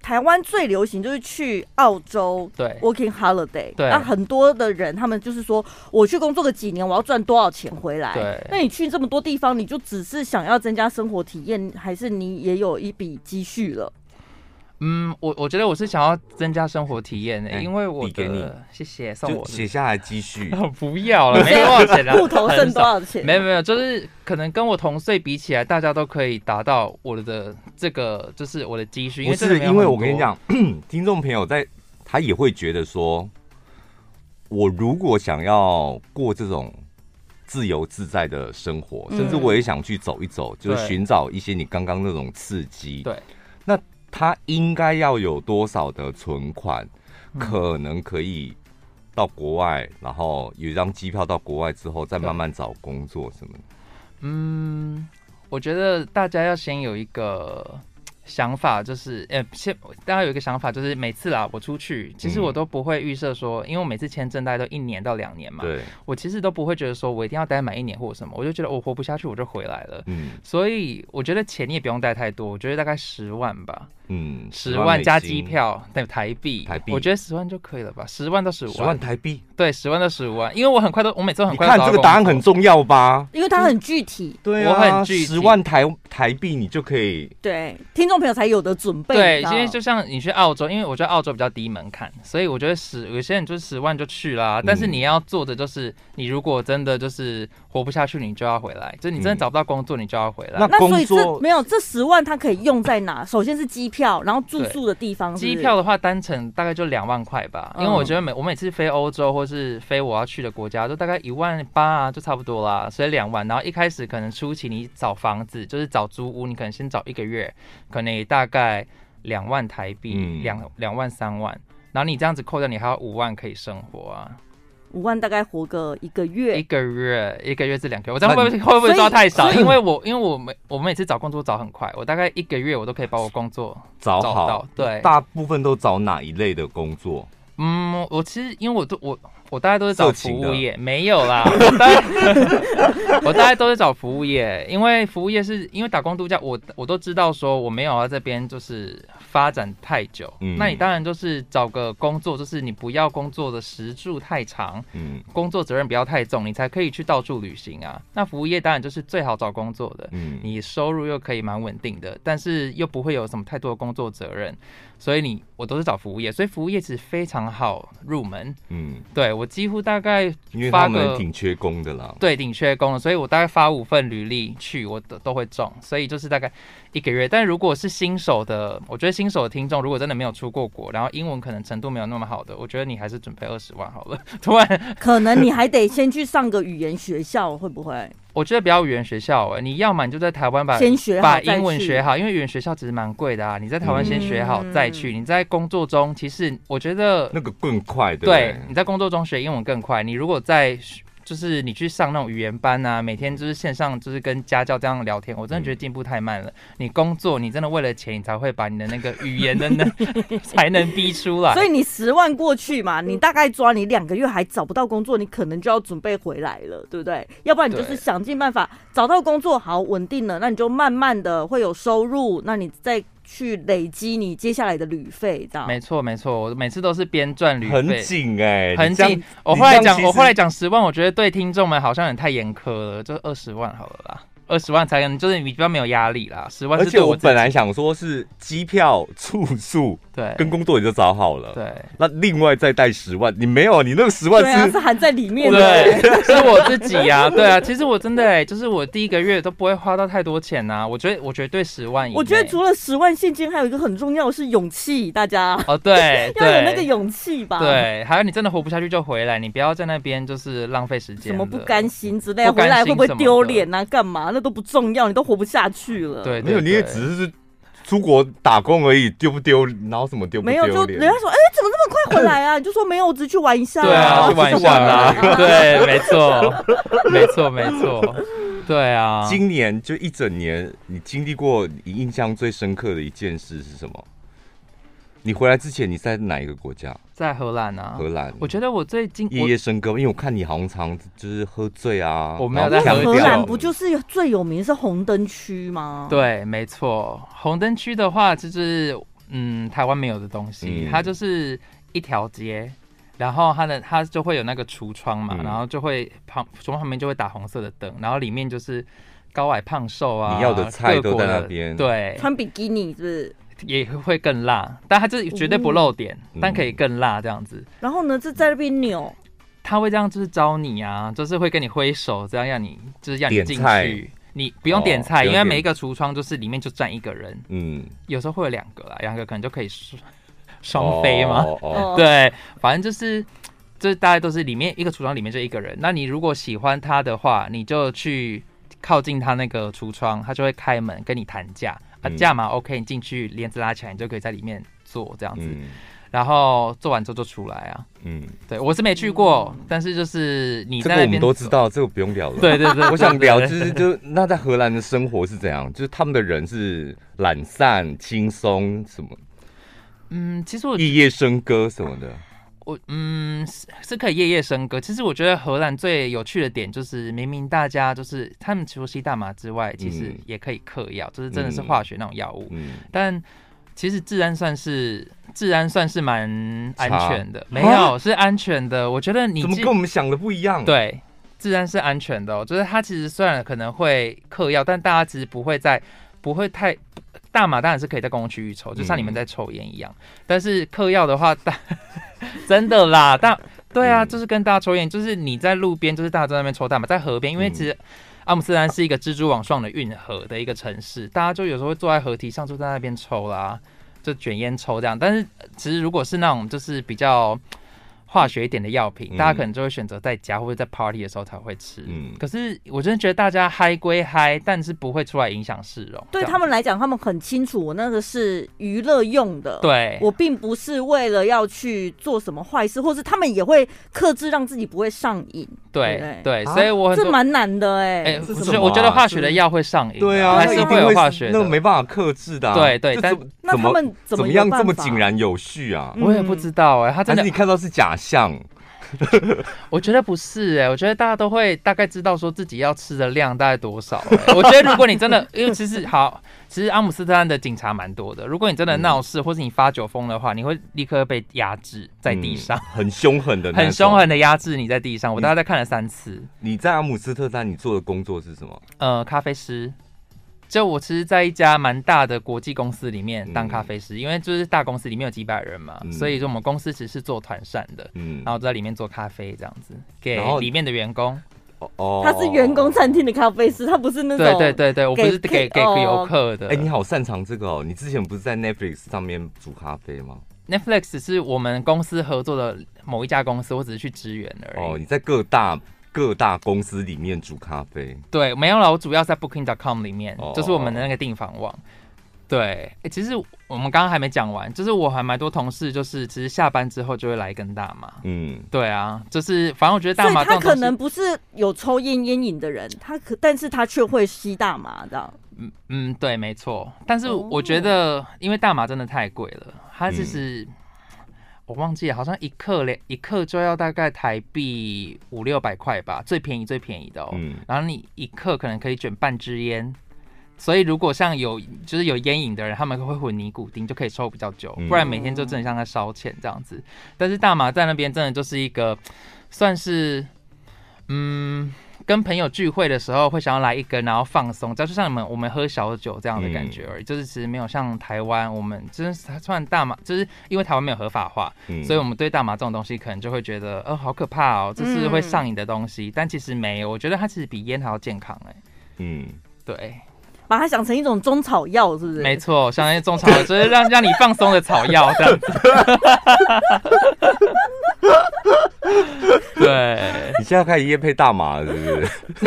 [SPEAKER 1] 台湾最流行就是去澳洲。
[SPEAKER 2] 对
[SPEAKER 1] Working holiday，
[SPEAKER 2] 对
[SPEAKER 1] 那很多的人他们就是说，我去工作个几年，我要赚多少钱回来？
[SPEAKER 2] 对
[SPEAKER 1] 那你去这么多地方，你就只是想要增加生活体验，还是你也有一笔积蓄了？
[SPEAKER 2] 嗯，我我觉得我是想要增加生活体验的、欸
[SPEAKER 3] 哎
[SPEAKER 2] 因为我
[SPEAKER 3] 递给你
[SPEAKER 2] 的谢谢送
[SPEAKER 3] 就
[SPEAKER 2] 我
[SPEAKER 3] 写
[SPEAKER 2] 的，
[SPEAKER 3] 下来积蓄。
[SPEAKER 2] 哦不要了，没多少钱了，
[SPEAKER 1] 户啊头剩
[SPEAKER 2] 很
[SPEAKER 1] 多
[SPEAKER 2] 少？
[SPEAKER 1] 少钱？
[SPEAKER 2] 没有没有，就是可能跟我同岁比起来，大家都可以达到我的这个，就是我的积蓄。因
[SPEAKER 3] 不
[SPEAKER 2] 为真的
[SPEAKER 3] 是
[SPEAKER 2] 没有
[SPEAKER 3] 因为
[SPEAKER 2] 很
[SPEAKER 3] 我跟你
[SPEAKER 2] 多，
[SPEAKER 3] 讲， 听众朋友在他也会觉得说，我如果想要过这种自由自在的生活，
[SPEAKER 1] 嗯
[SPEAKER 3] 甚至我也想去走一走，就是
[SPEAKER 2] 对
[SPEAKER 3] 寻找一些你刚刚那种刺激。
[SPEAKER 2] 对，
[SPEAKER 3] 那他应该要有多少的存款，
[SPEAKER 2] 嗯
[SPEAKER 3] 可能可以到国外，然后有一张机票到国外之后，再慢慢找工作什么的。
[SPEAKER 2] 嗯，我觉得大家要先有一个想法，就是，呃，先大家有一个想法，就是每次啦，我出去，其实
[SPEAKER 3] 嗯
[SPEAKER 2] 我都不会预设说，因为我每次签证大概都一年到两年嘛，
[SPEAKER 3] 对，
[SPEAKER 2] 我其实都不会觉得说我一定要待满一年或什么，我就觉得哦我活不下去我就回来了。
[SPEAKER 3] 嗯
[SPEAKER 2] 所以我觉得钱你也不用带太多，我觉得大概十万吧，
[SPEAKER 3] 嗯，
[SPEAKER 2] 十万加
[SPEAKER 3] 美金
[SPEAKER 2] 机，票，对台币，
[SPEAKER 3] 台币
[SPEAKER 2] 我觉得十万就可以了吧，十万到十五
[SPEAKER 3] 十
[SPEAKER 2] 万，
[SPEAKER 3] 万台币。
[SPEAKER 2] 对，十万到十五万，因为我很快都，我每次都很
[SPEAKER 3] 你
[SPEAKER 2] 快都
[SPEAKER 3] 看
[SPEAKER 2] 找到
[SPEAKER 3] 这个答案
[SPEAKER 2] 工
[SPEAKER 3] 很
[SPEAKER 2] 作
[SPEAKER 3] 重要吧？
[SPEAKER 1] 因为它很具体，
[SPEAKER 3] 对
[SPEAKER 2] 我
[SPEAKER 3] 啊，
[SPEAKER 2] 很具体
[SPEAKER 3] 十万台台币你就可以，
[SPEAKER 1] 对，听众朋友才有的准备。
[SPEAKER 2] 对，
[SPEAKER 1] 你知道
[SPEAKER 2] 因为就像你去澳洲，因为我觉得澳洲比较低门槛，所以我觉得十有些人就是十万就去啦。但是
[SPEAKER 3] 嗯
[SPEAKER 2] 你要做的就是，你如果真的就是活不下去，你就要回来，就是你真的
[SPEAKER 3] 嗯
[SPEAKER 2] 找不到工作，你就要回来。
[SPEAKER 3] 那
[SPEAKER 1] 那所以
[SPEAKER 3] 工作
[SPEAKER 1] 这没有这十万，它可以用在哪？首先是机票，然后住
[SPEAKER 2] 对
[SPEAKER 1] 宿的地方是不
[SPEAKER 2] 机
[SPEAKER 1] 是
[SPEAKER 2] 票的话，单程大概就两万块吧，因为
[SPEAKER 1] 嗯
[SPEAKER 2] 我觉得每我每次飞欧洲或是飞我要去的国家，就大概一万八啊，就差不多啦，所以两万。然后一开始可能初期你找房子，就是找租屋，你可能先找一个月，可能也大概两万台币，
[SPEAKER 3] 嗯
[SPEAKER 2] 两两万三万。然后你这样子扣掉，你还有五万可以生活啊，
[SPEAKER 1] 五万大概活个一个
[SPEAKER 2] 一
[SPEAKER 1] 月。
[SPEAKER 2] 个月一个月至两个月，我这样
[SPEAKER 3] 那
[SPEAKER 2] 会
[SPEAKER 3] 你
[SPEAKER 2] 不会会不会抓太少？
[SPEAKER 1] 所以
[SPEAKER 2] 因为我因为我每我每次找工作找很快，我大概一个月我都可以把我工作
[SPEAKER 3] 找
[SPEAKER 2] 找
[SPEAKER 3] 好
[SPEAKER 2] 到，对
[SPEAKER 3] 大部分都找哪一类的工作？
[SPEAKER 2] 嗯，我其实因为我都我我大概都是找
[SPEAKER 3] 色
[SPEAKER 2] 服
[SPEAKER 3] 情
[SPEAKER 2] 务
[SPEAKER 3] 的
[SPEAKER 2] 业，没有啦，我大概 我大概都是找服务业，因为服务业是因为打工度假，我我都知道说我没有要这边就是发展太久，
[SPEAKER 3] 嗯
[SPEAKER 2] 那你当然就是找个工作，就是你不要工作的时数太长，
[SPEAKER 3] 嗯
[SPEAKER 2] 工作责任不要太重，你才可以去到处旅行啊。那服务业当然就是最好找工作的，
[SPEAKER 3] 嗯，
[SPEAKER 2] 你收入又可以蛮稳定的，但是又不会有什么太多的工作责任，所以你我都是找服务业，所以服务业其实非常好入门。
[SPEAKER 3] 嗯，
[SPEAKER 2] 对我几乎大概
[SPEAKER 3] 因为
[SPEAKER 2] 发
[SPEAKER 3] 他们
[SPEAKER 2] 个
[SPEAKER 3] 挺缺工的啦。
[SPEAKER 2] 对顶缺工了，所以我大概发五份履历去，我都都会中，所以就是大概一个月。但如果是新手的，我觉得新手的听众如果真的没有出过国，然后英文可能程度没有那么好的，我觉得你还是准备二十万好了。 突然，
[SPEAKER 1] 可能你还得先去上个语言学校，会不会？
[SPEAKER 2] 我觉得不要语言学校、欸，你要么你就在台湾 把
[SPEAKER 1] 先学好
[SPEAKER 2] 把
[SPEAKER 1] 再去
[SPEAKER 2] 英文学好，因为语言学校其实蛮贵的啊。你在台湾先学好
[SPEAKER 1] 嗯
[SPEAKER 2] 再去，你在工作中其实我觉得
[SPEAKER 3] 那个更快，对不
[SPEAKER 2] 对
[SPEAKER 3] 对？
[SPEAKER 2] 你在工作中学英文更快。你如果在就是你去上那种语言班啊，每天就是线上就是跟家教这样聊天，我真的
[SPEAKER 3] 嗯
[SPEAKER 2] 觉得进步太慢了。你工作，你真的为了钱，你才会把你的那 个语言的能才能逼出来。
[SPEAKER 1] 所以你十万过去嘛，
[SPEAKER 2] 嗯
[SPEAKER 1] 你大概抓你两个月还找不到工作，你可能就要准备回来了，对不对？要不然你就是
[SPEAKER 2] 对
[SPEAKER 1] 想尽办法找到工作，好稳定了，那你就慢慢的会有收入，那你再去累积你接下来的旅费，这样。
[SPEAKER 2] 没错没错，我每次都是边赚旅
[SPEAKER 3] 很
[SPEAKER 2] 费。
[SPEAKER 3] 紧哎，
[SPEAKER 2] 很
[SPEAKER 3] 你这样
[SPEAKER 2] 紧，我后来
[SPEAKER 3] 你这样
[SPEAKER 2] 讲，
[SPEAKER 3] 其实
[SPEAKER 2] 我后来讲十万，我觉得对听众们好像也太严苛了，就二十万好了啦，二十万才能就是你比较没有压力啦，十万
[SPEAKER 3] 而
[SPEAKER 2] 是
[SPEAKER 3] 且
[SPEAKER 2] 对
[SPEAKER 3] 我
[SPEAKER 2] 自己
[SPEAKER 3] 本来想说是机票、住宿
[SPEAKER 2] 对
[SPEAKER 3] 跟工作也就找好了，
[SPEAKER 2] 对
[SPEAKER 3] 那另外再带十万，你没有，你那个十万
[SPEAKER 1] 对啊，
[SPEAKER 3] 是
[SPEAKER 1] 是含在里面的。
[SPEAKER 2] 对，是我自己呀、对啊，其实我真的、欸，就是我第一个月都不会花到太多钱呐、我觉得，我绝对十万以内。
[SPEAKER 1] 我觉得除了十万现金，还有一个很重要的是勇气，大家
[SPEAKER 2] 哦，对
[SPEAKER 1] 要有那啊个
[SPEAKER 2] 对
[SPEAKER 1] 勇气吧。。
[SPEAKER 2] 对，还有你真的活不下去就回来，你不要在那边就是浪费时
[SPEAKER 1] 什
[SPEAKER 2] 间。
[SPEAKER 1] 么不甘？心之类，
[SPEAKER 2] 不甘
[SPEAKER 1] 回
[SPEAKER 2] 心
[SPEAKER 1] 来会不会
[SPEAKER 2] 什么的
[SPEAKER 1] 丢脸啊？干嘛？那都不重要，你都活不下去了。
[SPEAKER 2] 对，对
[SPEAKER 3] 没有，你也
[SPEAKER 2] 对
[SPEAKER 3] 只是出国打工而已，丢不丢？哪有什么丢不
[SPEAKER 1] 没有，
[SPEAKER 3] 丢
[SPEAKER 1] 就
[SPEAKER 3] 脸
[SPEAKER 1] 人家？说，哎、怎么这么快回来啊？你 就说没有，我只是去玩一下、
[SPEAKER 2] 对
[SPEAKER 3] 然
[SPEAKER 2] 啊，
[SPEAKER 3] 后
[SPEAKER 2] 去玩一
[SPEAKER 3] 就玩
[SPEAKER 2] 下
[SPEAKER 3] 啊
[SPEAKER 2] 而已。对，没错，没错，没错，对啊。
[SPEAKER 3] 今年就一整年，你经历过你印象最深刻的一件事是什么？你回来之前你在哪一个国家？
[SPEAKER 2] 在荷兰啊，
[SPEAKER 3] 荷兰。
[SPEAKER 2] 我觉得我最近
[SPEAKER 3] 夜
[SPEAKER 2] 我
[SPEAKER 3] 夜笙歌，因为我看你好像常就是喝醉啊，
[SPEAKER 2] 我没有
[SPEAKER 3] 然后
[SPEAKER 2] 在喝
[SPEAKER 3] 呛
[SPEAKER 1] 荷
[SPEAKER 2] 酒
[SPEAKER 3] 掉
[SPEAKER 1] 兰不就是最有名是红灯区吗？，
[SPEAKER 2] 对，没错，红灯区的话就是嗯，台湾没有的东西，
[SPEAKER 3] 嗯
[SPEAKER 2] 它就是一条街。然后它的它就会有那个橱窗嘛，
[SPEAKER 3] 嗯
[SPEAKER 2] 然后就会旁橱窗旁边就会打红色的灯，然后里面就是高矮胖瘦啊，
[SPEAKER 3] 你要的菜
[SPEAKER 2] 各
[SPEAKER 3] 都
[SPEAKER 2] 国
[SPEAKER 3] 在那
[SPEAKER 2] 的
[SPEAKER 3] 边
[SPEAKER 2] 对，
[SPEAKER 1] 穿比基尼是不是？
[SPEAKER 2] 也会更辣，但它就是绝对不露点，
[SPEAKER 3] 嗯
[SPEAKER 2] 但可以更辣这样子。
[SPEAKER 1] 然后呢，就在那边扭，
[SPEAKER 2] 他会这样就是招你啊，就是会跟你挥手，这样让你就是让你
[SPEAKER 3] 点
[SPEAKER 2] 进
[SPEAKER 3] 菜
[SPEAKER 2] 去。你不用点
[SPEAKER 3] 哦
[SPEAKER 2] 菜，
[SPEAKER 3] 不用
[SPEAKER 2] 因为
[SPEAKER 3] 点
[SPEAKER 2] 每一个橱窗就是里面就站一个人，
[SPEAKER 3] 嗯，
[SPEAKER 2] 有时候会有两个啦，两个可能就可以双双飞嘛。
[SPEAKER 3] 哦哦哦
[SPEAKER 1] 哦
[SPEAKER 2] 对，啊反正就是这大概都是里面一个橱窗里面就一个人。那你如果喜欢他的话，你就去靠近他那个橱窗，他就会开门跟你谈价啊，
[SPEAKER 3] 嗯
[SPEAKER 2] 价码 OK，你进去帘子拉起来，你就可以在里面坐这样子。
[SPEAKER 3] 嗯
[SPEAKER 2] 然后做完之后就出来啊。
[SPEAKER 3] 嗯，
[SPEAKER 2] 对，我是没去过，但是就是你
[SPEAKER 3] 这
[SPEAKER 2] 在
[SPEAKER 3] 个
[SPEAKER 2] 那
[SPEAKER 3] 我
[SPEAKER 2] 边
[SPEAKER 3] 们都知。道，这个不用聊了。
[SPEAKER 2] 对对对，
[SPEAKER 3] 我想
[SPEAKER 2] 对
[SPEAKER 3] 聊
[SPEAKER 2] 对
[SPEAKER 3] 就是就那在荷兰的生活是怎样？就是他们的人是懒散、轻松，什么
[SPEAKER 2] 嗯，其实我
[SPEAKER 3] 夜夜笙歌什么的。
[SPEAKER 2] 我嗯是是可以夜夜笙歌。其实我觉得荷兰最有趣的点就是，明明大家就是他们除了吸大麻之外，其实
[SPEAKER 3] 嗯
[SPEAKER 2] 也可以嗑药，就是真的是
[SPEAKER 3] 嗯
[SPEAKER 2] 化学那种药物。
[SPEAKER 3] 嗯，
[SPEAKER 2] 但其实治安算是治安算是蛮安
[SPEAKER 3] 差啊
[SPEAKER 2] 全的，没有是安全的。我觉得你
[SPEAKER 3] 怎么
[SPEAKER 2] 既
[SPEAKER 3] 跟我们想的不一样？，啊
[SPEAKER 2] 对，自然是安全的、哦。就是它其实虽然可能会嗑药，但大家其实不会在不会太大麻当然是可以在公共区域抽，就像你们
[SPEAKER 3] 嗯
[SPEAKER 2] 在抽烟一样。但是嗑药的话， 大真的啦，大对啊，
[SPEAKER 3] 嗯
[SPEAKER 2] 就是跟大家抽烟，就是你在路边，就是大家都在那边抽大麻，在河边，因为
[SPEAKER 3] 嗯
[SPEAKER 2] 其实。阿姆斯特丹是一个蜘蛛网状的运河的一个城市，大家就有时候会坐在河堤上，就在那边抽啦，就卷烟抽这样。但是呃其实如果是那种就是比较化学一点的药品，
[SPEAKER 3] 嗯
[SPEAKER 2] 大家可能就会选择在家或者在 party 的时候才会吃。
[SPEAKER 3] 嗯
[SPEAKER 2] 可是我真的觉得大家嗨归嗨，但是不会出来影响市容。
[SPEAKER 1] 对
[SPEAKER 2] 这样
[SPEAKER 1] 他们来讲，他们很清楚，我那个是娱乐用的。。
[SPEAKER 2] 对
[SPEAKER 1] 我并不是为了要去做什么坏事，或是他们也会克制，让自己不会上瘾，
[SPEAKER 2] 对
[SPEAKER 1] 对
[SPEAKER 2] 对，
[SPEAKER 3] 啊
[SPEAKER 2] 所以哦我很
[SPEAKER 1] 这
[SPEAKER 2] 多
[SPEAKER 1] 蛮难的哎、
[SPEAKER 2] 哎，
[SPEAKER 3] 这
[SPEAKER 2] 我觉
[SPEAKER 3] 是什
[SPEAKER 2] 得
[SPEAKER 3] 么
[SPEAKER 2] 我觉得
[SPEAKER 3] 啊
[SPEAKER 2] 化学的
[SPEAKER 3] 是
[SPEAKER 2] 药会上瘾，
[SPEAKER 3] 对啊，
[SPEAKER 2] 还
[SPEAKER 3] 那
[SPEAKER 2] 是
[SPEAKER 3] 一定
[SPEAKER 2] 会有化学
[SPEAKER 3] 那个没
[SPEAKER 2] 的。
[SPEAKER 3] 办法克制的啊。
[SPEAKER 2] 对对
[SPEAKER 3] 这
[SPEAKER 2] 但
[SPEAKER 3] 怎么
[SPEAKER 1] 那他们
[SPEAKER 3] 怎
[SPEAKER 1] 怎么
[SPEAKER 3] 么
[SPEAKER 1] 有
[SPEAKER 3] 样这么
[SPEAKER 1] 办法
[SPEAKER 3] 井然有序啊？
[SPEAKER 1] 嗯
[SPEAKER 2] 我也不知道哎，他真
[SPEAKER 3] 但是
[SPEAKER 2] 的
[SPEAKER 3] 你看到是假象，
[SPEAKER 2] 我觉得不是哎、我觉得大家都会大概知道说自己要吃的量大概多少、欸。我觉得如果你真的， 因为其实好，其实阿姆斯特丹的警察蛮多的。如果你真
[SPEAKER 3] 嗯
[SPEAKER 2] 的闹事、或是你发酒疯的话，你会立刻被压制在地
[SPEAKER 3] 嗯
[SPEAKER 2] 上，
[SPEAKER 3] 很凶狠的，嗯
[SPEAKER 2] 很凶。狠的压制你在地上。我大概看了三次，
[SPEAKER 3] 你在阿姆斯特丹，你做的工作是什么？
[SPEAKER 2] 呃，咖啡师。就我其实，在一家蛮大的国际公司里面当咖啡师，因为就是大公司里面有几百人嘛，
[SPEAKER 3] 嗯
[SPEAKER 2] 所以说我们公司其实是做团膳的，
[SPEAKER 3] 嗯，
[SPEAKER 2] 然后在里面做咖啡这样子给
[SPEAKER 3] 然后
[SPEAKER 2] 里面的员工。
[SPEAKER 3] 哦哦
[SPEAKER 1] 他是员工餐厅的咖啡师，他不是那种
[SPEAKER 2] 对对对对，我不是
[SPEAKER 1] 给
[SPEAKER 2] 给给
[SPEAKER 1] 哦
[SPEAKER 2] 游客的。
[SPEAKER 3] 哎、你好擅长这个哦！你之前不是在 Netflix 上面煮咖啡吗？
[SPEAKER 2] Netflix 是我们公司合作的某一家公司，我只是去支援而已。
[SPEAKER 3] 哦，你在各大各大公司里面煮咖啡，
[SPEAKER 2] 对，没有啦，我主要在 Booking.com 里面，
[SPEAKER 3] 哦
[SPEAKER 2] 就是我们的那个订房网。对，诶其实我们刚刚还没讲完，就是我还蛮多同事，就是其实下班之后就会来一根大麻。
[SPEAKER 3] 嗯，
[SPEAKER 2] 对啊，就是反正我觉得大
[SPEAKER 1] 所以
[SPEAKER 2] 麻这
[SPEAKER 1] 他
[SPEAKER 2] 种
[SPEAKER 1] 可
[SPEAKER 2] 东西
[SPEAKER 1] 能不是有抽烟烟瘾的人，他可，但是他却会吸大麻这样。
[SPEAKER 2] 嗯嗯，对，没错。但是
[SPEAKER 1] 哦
[SPEAKER 2] 我觉得，因为大麻真的太贵了，它其实、我忘记了，好像一克连一克就要大概台币五六百块吧，最便宜最便宜的哦。
[SPEAKER 3] 嗯
[SPEAKER 2] 然后你一克可能可以卷半支烟。所以，如果像有就是有烟瘾的人，他们会混尼古丁，就可以抽比较久，不然每天就真的像在烧钱这样子。但是大麻在那边真的就是一个，算是嗯，跟朋友聚会的时候会想要来一根，然后放松，这样就像你们我们喝小酒这样的感觉而已。就是其实没有像台湾，我们就是虽然大麻，就是因为台湾没有合法化，
[SPEAKER 3] 嗯
[SPEAKER 2] 所以我们对大麻这种东西可能就会觉得，呃，好可怕哦，这是会上瘾的东西。但其实没有，我觉得它其实比烟还要健康哎、
[SPEAKER 3] 嗯，
[SPEAKER 2] 对，
[SPEAKER 1] 把它想成一种中草药，是不是？
[SPEAKER 2] 没错，像那些种草，就是让让你放松的草药这样子。 对
[SPEAKER 3] 你现在开始夜配大麻了，是 不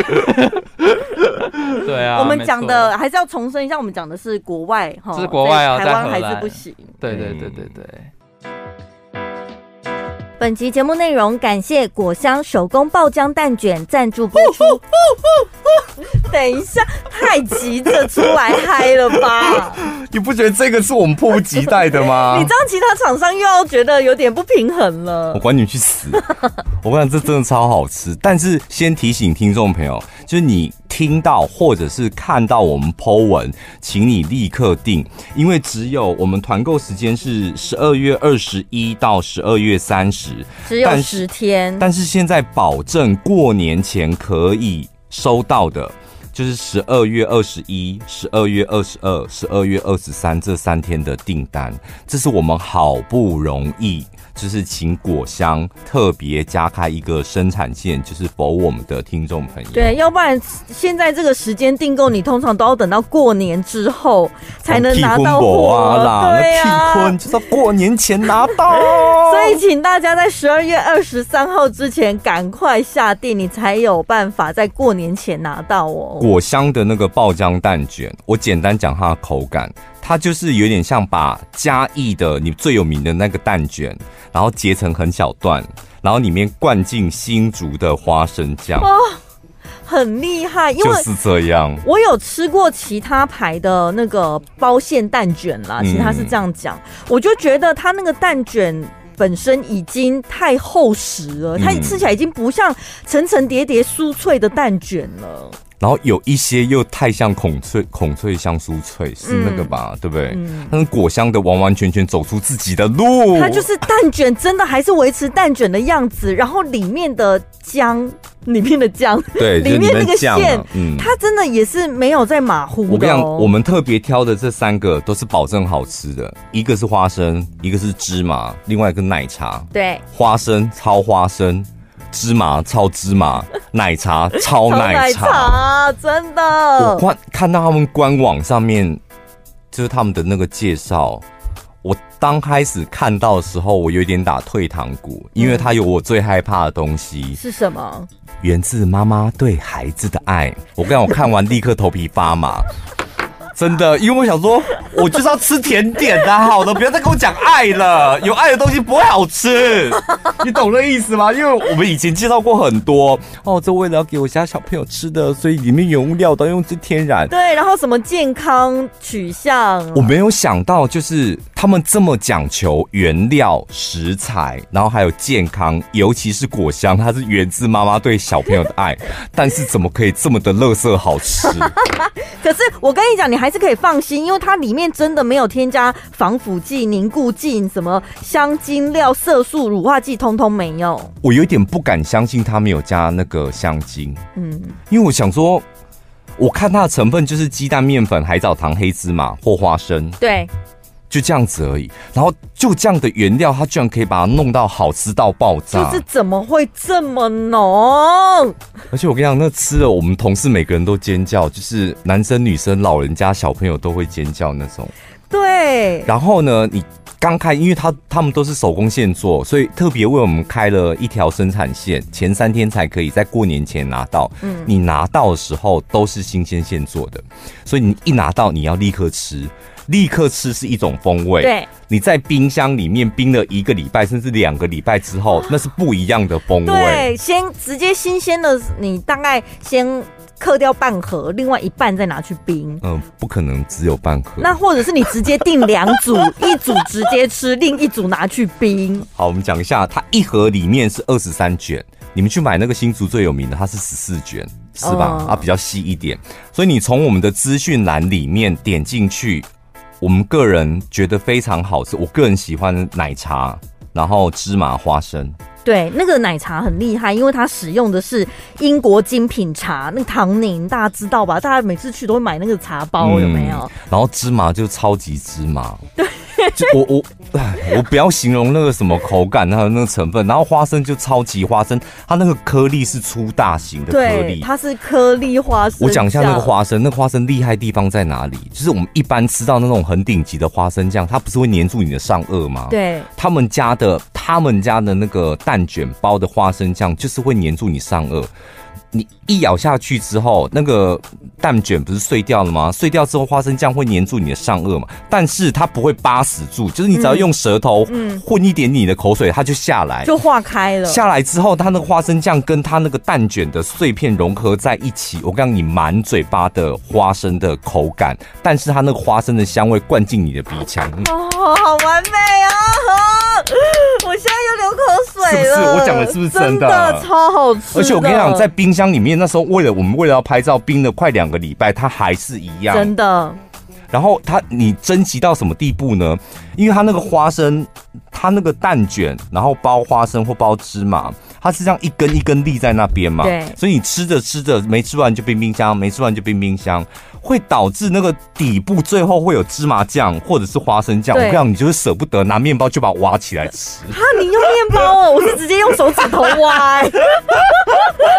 [SPEAKER 3] 是？
[SPEAKER 2] 对啊，
[SPEAKER 1] 我们
[SPEAKER 2] 没
[SPEAKER 1] 讲
[SPEAKER 2] 错
[SPEAKER 1] 的还是要重申一下，我们讲的是国外哈，
[SPEAKER 2] 这是国外哦
[SPEAKER 1] 在
[SPEAKER 2] 在
[SPEAKER 1] 台湾
[SPEAKER 2] 荷
[SPEAKER 1] 还
[SPEAKER 2] 兰
[SPEAKER 1] 是不行。
[SPEAKER 2] 对对对
[SPEAKER 3] 嗯
[SPEAKER 2] 对对。
[SPEAKER 4] 本集节目内容感谢果香手工爆浆蛋卷赞助播出。
[SPEAKER 1] 等一下， 太急着出来嗨了吧？
[SPEAKER 3] 你不觉得这个是我们迫不及待的吗
[SPEAKER 1] 你知道其他厂商又要觉得有点不平衡了
[SPEAKER 3] 我。管你们去死！我跟你讲，这真的超好吃。但是先提醒听众朋友，就是你听到或者是看到我们 Po 文，请你立刻订，因为只有我们团购时间是十二月二十一到十二月三十，
[SPEAKER 4] 只有
[SPEAKER 3] 但是
[SPEAKER 4] 十天，
[SPEAKER 3] 但是现在保证过年前可以收到的，就是十二月二十一、十二月二十二、十二月二十三这三天的订单，这是我们好不容易。就是请果香特别加开一个生产线，就是否我们的听众朋友。
[SPEAKER 1] 对，要不然现在这个时间订购，你通常都要等到过年之后才
[SPEAKER 3] 哦
[SPEAKER 1] 能拿到货
[SPEAKER 3] 啊啦，
[SPEAKER 1] 对
[SPEAKER 3] 那屁
[SPEAKER 1] 啊
[SPEAKER 3] 婚，就是要过年前拿到。
[SPEAKER 1] 所以请大家在十二月二十三号之前赶快下定，你才有办法在过年前拿到哦。
[SPEAKER 3] 果香的那个爆浆蛋卷，我简单讲它的口感，它就是有点像把嘉义的你最有名的那个蛋卷，然后截成很小段，然后里面灌进新竹的花生酱，
[SPEAKER 1] 很厉害，哦因
[SPEAKER 3] 就
[SPEAKER 1] 为
[SPEAKER 3] 是这样。
[SPEAKER 1] 我有吃过其他牌的那个包馅蛋卷啦，
[SPEAKER 3] 嗯
[SPEAKER 1] 其实他是这样讲，我就觉得它那个蛋卷。本身已经太厚实了，它
[SPEAKER 3] 嗯
[SPEAKER 1] 吃起来已经不像层层叠叠酥脆的蛋卷了。
[SPEAKER 3] 然后有一些又太像孔雀孔雀香酥脆，是那个吧？对不对？
[SPEAKER 1] 嗯
[SPEAKER 3] 但是果香的完完全全走出自己的路，
[SPEAKER 1] 它就是蛋卷，真的还是维持蛋卷的样子，然后里面的姜，里面的姜，
[SPEAKER 3] 对
[SPEAKER 1] 里面那个
[SPEAKER 3] 酱
[SPEAKER 1] 馅
[SPEAKER 3] 啊，嗯
[SPEAKER 1] 它真的也是没有在马虎的、哦。
[SPEAKER 3] 我跟你讲，我们特别挑的这三个都是保证好吃的，一个是花生，一个是芝麻，另外一个奶茶。
[SPEAKER 4] 对，
[SPEAKER 3] 花生超花生，芝麻超芝麻， 奶茶超
[SPEAKER 1] 超
[SPEAKER 3] 哦奶
[SPEAKER 1] 奶
[SPEAKER 3] 茶。
[SPEAKER 1] 茶真
[SPEAKER 3] 我
[SPEAKER 1] 的，
[SPEAKER 3] 看看到他们官网上面就是他们的那个介绍，我刚开始看到的时候，我有点打退堂鼓，因
[SPEAKER 1] 嗯
[SPEAKER 3] 为它有我最害怕的东西，
[SPEAKER 1] 是什么？
[SPEAKER 3] 源自妈妈对孩子的爱。我跟你讲，我看完立刻头皮发麻。真的，因为我想说，我就是要吃甜点的、好的，不要再跟我讲爱了，有爱的东西不会好吃，你懂这意思吗？因为我们以前介绍过很多哦，这为了要给我家小朋友吃的，所以里面原物料都要用之天然。
[SPEAKER 1] 对，然后什么健康取向，
[SPEAKER 3] 我没有想到，就是他们这么讲求原料、食材，然后还有健康，尤其是果香，它是源自妈妈对小朋友的 爱。但是怎么可以这么的垃圾好吃？
[SPEAKER 1] 可是我跟你讲，你还是可以放心，因为它里面真的没有添加防腐剂、凝固剂、什么香精料、色素、乳化剂，通通没有。
[SPEAKER 3] 我有点不敢相信它没有加那个香精，
[SPEAKER 1] 嗯，
[SPEAKER 3] 因为我想说，我看它的成分就是鸡蛋、面粉、海藻糖、黑芝麻或花生，
[SPEAKER 1] 对，
[SPEAKER 3] 就这样子而已。然后就这样的原料，它居然可以把它弄到好吃到爆
[SPEAKER 1] 就
[SPEAKER 3] 炸。
[SPEAKER 1] 是怎么会这么浓？
[SPEAKER 3] 而且我跟你讲，那吃了我们同事每个人都尖叫，就是男生、女生、老人家、小朋友都会尖叫那种。
[SPEAKER 1] 对，
[SPEAKER 3] 然后呢，你刚开，因为他他们都是手工现做，所以特别为我们开了一条生产线，前三天才可以在过年前拿到。
[SPEAKER 1] 嗯
[SPEAKER 3] 你拿到的时候都是新鲜现做的，所以你一拿到你要立刻吃，立刻吃是一种风味。
[SPEAKER 1] 对，
[SPEAKER 3] 你在冰箱里面冰了一个礼拜甚至两个礼拜之后，那是不一样的风味。
[SPEAKER 1] 啊对，先直接新鲜的，你大概先刻掉半盒，另外一半再拿去冰。
[SPEAKER 3] 嗯，不可能只有半盒。
[SPEAKER 1] 那或者是你直接订两组，一组直接吃，另一组拿去冰。
[SPEAKER 3] 好，我们讲一下，它一盒里面是二十三卷，你们去买那个新竹最有名的，它是十四卷，是吧？
[SPEAKER 1] 哦
[SPEAKER 3] 啊，比较细一点，所以你从我们的资讯栏里面点进去，我们个人觉得非常好吃，我个人喜欢奶茶，然后芝麻花生，
[SPEAKER 1] 对，那个奶茶很厉害，因为它使用的是英国精品茶，那个唐宁大家知道吧？大家每次去都会买那个茶包，有没有？
[SPEAKER 3] 然后芝麻就超级芝麻，对，就我我唉，我不要形容那个什么口感，还有那个成分，然后花生就超级花生，它那个颗粒是粗大型的颗
[SPEAKER 1] 对，
[SPEAKER 3] 粒，
[SPEAKER 1] 它是颗粒花生酱。
[SPEAKER 3] 我讲一下那个花生，那个花生厉害的地方在哪里？就是我们一般吃到那种很顶级的花生酱，它不是会粘住你的上颚吗？，
[SPEAKER 1] 对，
[SPEAKER 3] 他们家的他们家的那个蛋卷包的花生酱，就是会粘住你上颚。你一咬下去之后，那个蛋卷不是碎掉了吗？碎掉之后，花生酱会粘住你的上颚嘛，但是它不会扒死住，就是你只要用舌头
[SPEAKER 1] 嗯
[SPEAKER 3] 混一点你的口水，它就下来。
[SPEAKER 1] 就化开了。
[SPEAKER 3] 下来之后，它那个花生酱跟它那个蛋卷的碎片融合在一起，我告诉你，满嘴巴的花生的口感，但是它那个花生的香味灌进你的鼻腔，嗯
[SPEAKER 1] 哦，好完美啊！ 我现在又流口水了。
[SPEAKER 3] 是不是我讲的是不是真
[SPEAKER 1] 真
[SPEAKER 3] 的
[SPEAKER 1] 超好吃的。
[SPEAKER 3] 而且我跟你讲，在冰箱里面，那时候为了我们为了要拍照，冰了快两个礼拜，它还是一样。
[SPEAKER 1] 真的，
[SPEAKER 3] 然后它你珍惜到什么地步呢？因为它那个花生，它那个蛋卷，然后包花生或包芝麻，它是这样一根一根立在那边嘛。
[SPEAKER 1] 对
[SPEAKER 3] 所以你吃着吃着没吃完就冰冰箱，没吃完就冰冰箱，会导致那个底部最后会有芝麻酱或者是花生酱。我
[SPEAKER 1] 对
[SPEAKER 3] 跟你讲，你就是舍不得拿面包就把它挖起来吃。
[SPEAKER 1] 哈，啊你用面包哦，我是直接用手指头挖、欸，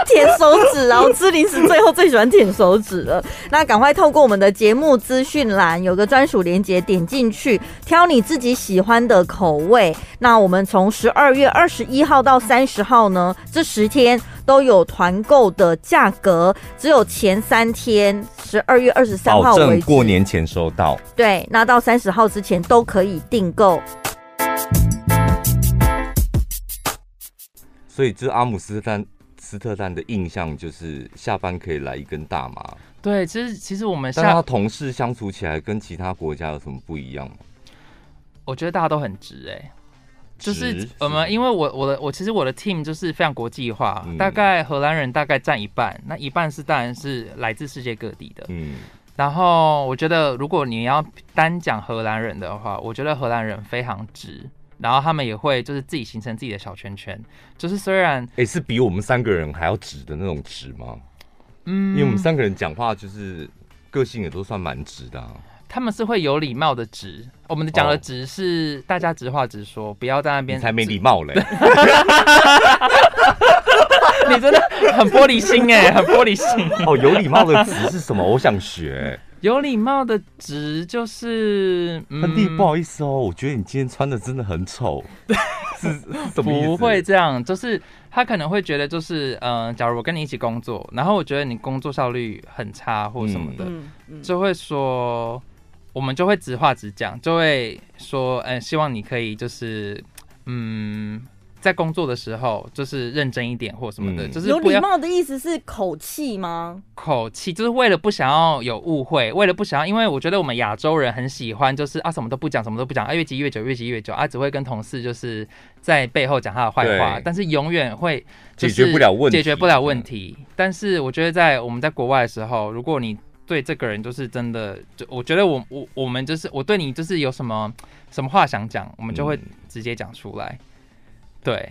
[SPEAKER 1] 舔手指啊！我吃零食最后最喜欢舔手指了。那赶快透过我们的节目资讯栏有个专属连接，点进去挑你自己喜欢的口味。那我们从十二月二十一号到三十号呢，这十天都有团购的价格，只有前三天，十二月二十三号
[SPEAKER 3] 保
[SPEAKER 1] 为
[SPEAKER 3] 证
[SPEAKER 1] 止。
[SPEAKER 3] 过年前收到。
[SPEAKER 1] 对，那到三十号之前都可以订购。
[SPEAKER 3] 所以这阿姆斯特丹斯特丹的印象就是下班可以来一根大麻，
[SPEAKER 2] 对，其实其实我们
[SPEAKER 3] 但他
[SPEAKER 2] 下，
[SPEAKER 3] 同事相处起来跟其他国家有什么不一样吗？
[SPEAKER 2] 我觉得大家都很直哎、就是
[SPEAKER 3] 直
[SPEAKER 2] 我们，因为我我的我其实我的 team 就是非常国际化，
[SPEAKER 3] 嗯
[SPEAKER 2] 大概荷兰人大概占一半，那一半是当然是来自世界各地的。
[SPEAKER 3] 嗯，
[SPEAKER 2] 然后我觉得，如果你要单讲荷兰人的话，我觉得荷兰人非常直，然后他们也会就是自己形成自己的小圈圈。就是虽然
[SPEAKER 3] 哎、是比我们三个人还要直的那种直吗？
[SPEAKER 2] 嗯，
[SPEAKER 3] 因为我们三个人讲话就是个性也都算蛮直的、啊，
[SPEAKER 2] 他们是会有礼貌的直，我们讲的
[SPEAKER 3] 哦
[SPEAKER 2] 直是、大家直话直说，不要在那
[SPEAKER 3] 你
[SPEAKER 2] 边
[SPEAKER 3] 才没礼貌嘞。
[SPEAKER 2] 你真的很玻璃心哎、很玻璃心。
[SPEAKER 3] 哦，有礼貌的直是什么？我想学。
[SPEAKER 2] 有礼貌的值就是，
[SPEAKER 3] 亨
[SPEAKER 2] 嗯
[SPEAKER 3] 弟，不好意思哦，我觉得你今天穿的真的 很丑，是是什么意思？嗯
[SPEAKER 2] 不会这样，就是他可能会觉得，就是嗯、呃假如我跟你一起工作，然后我觉得你工作效率很差或什么的，
[SPEAKER 1] 嗯嗯，
[SPEAKER 2] 就会说，我们就会直话直讲，就会说，嗯、希望你可以就是，嗯，在工作的时候就是认真一点或什么的，
[SPEAKER 3] 嗯
[SPEAKER 2] 就是
[SPEAKER 1] 有
[SPEAKER 2] 不
[SPEAKER 1] 礼
[SPEAKER 2] 要
[SPEAKER 1] 貌的意思是口气吗？
[SPEAKER 2] 口气，就是为了不想要有误会，为了不想要，因为我觉得我们亚洲人很喜欢，就是啊什么都不讲，什么都不讲，啊越积越久，越积越久，啊只会跟同事就是在背后讲他的坏话
[SPEAKER 3] 对，
[SPEAKER 2] 但是永远会、就是
[SPEAKER 3] 解决不了问题
[SPEAKER 2] 解决不了问题。但是我觉得在我们在国外的时候，如果你对这个人就是真的，就我觉得我我我们就是我对你就是有什么什么话想讲，我们就会
[SPEAKER 3] 嗯
[SPEAKER 2] 直接讲出来，对。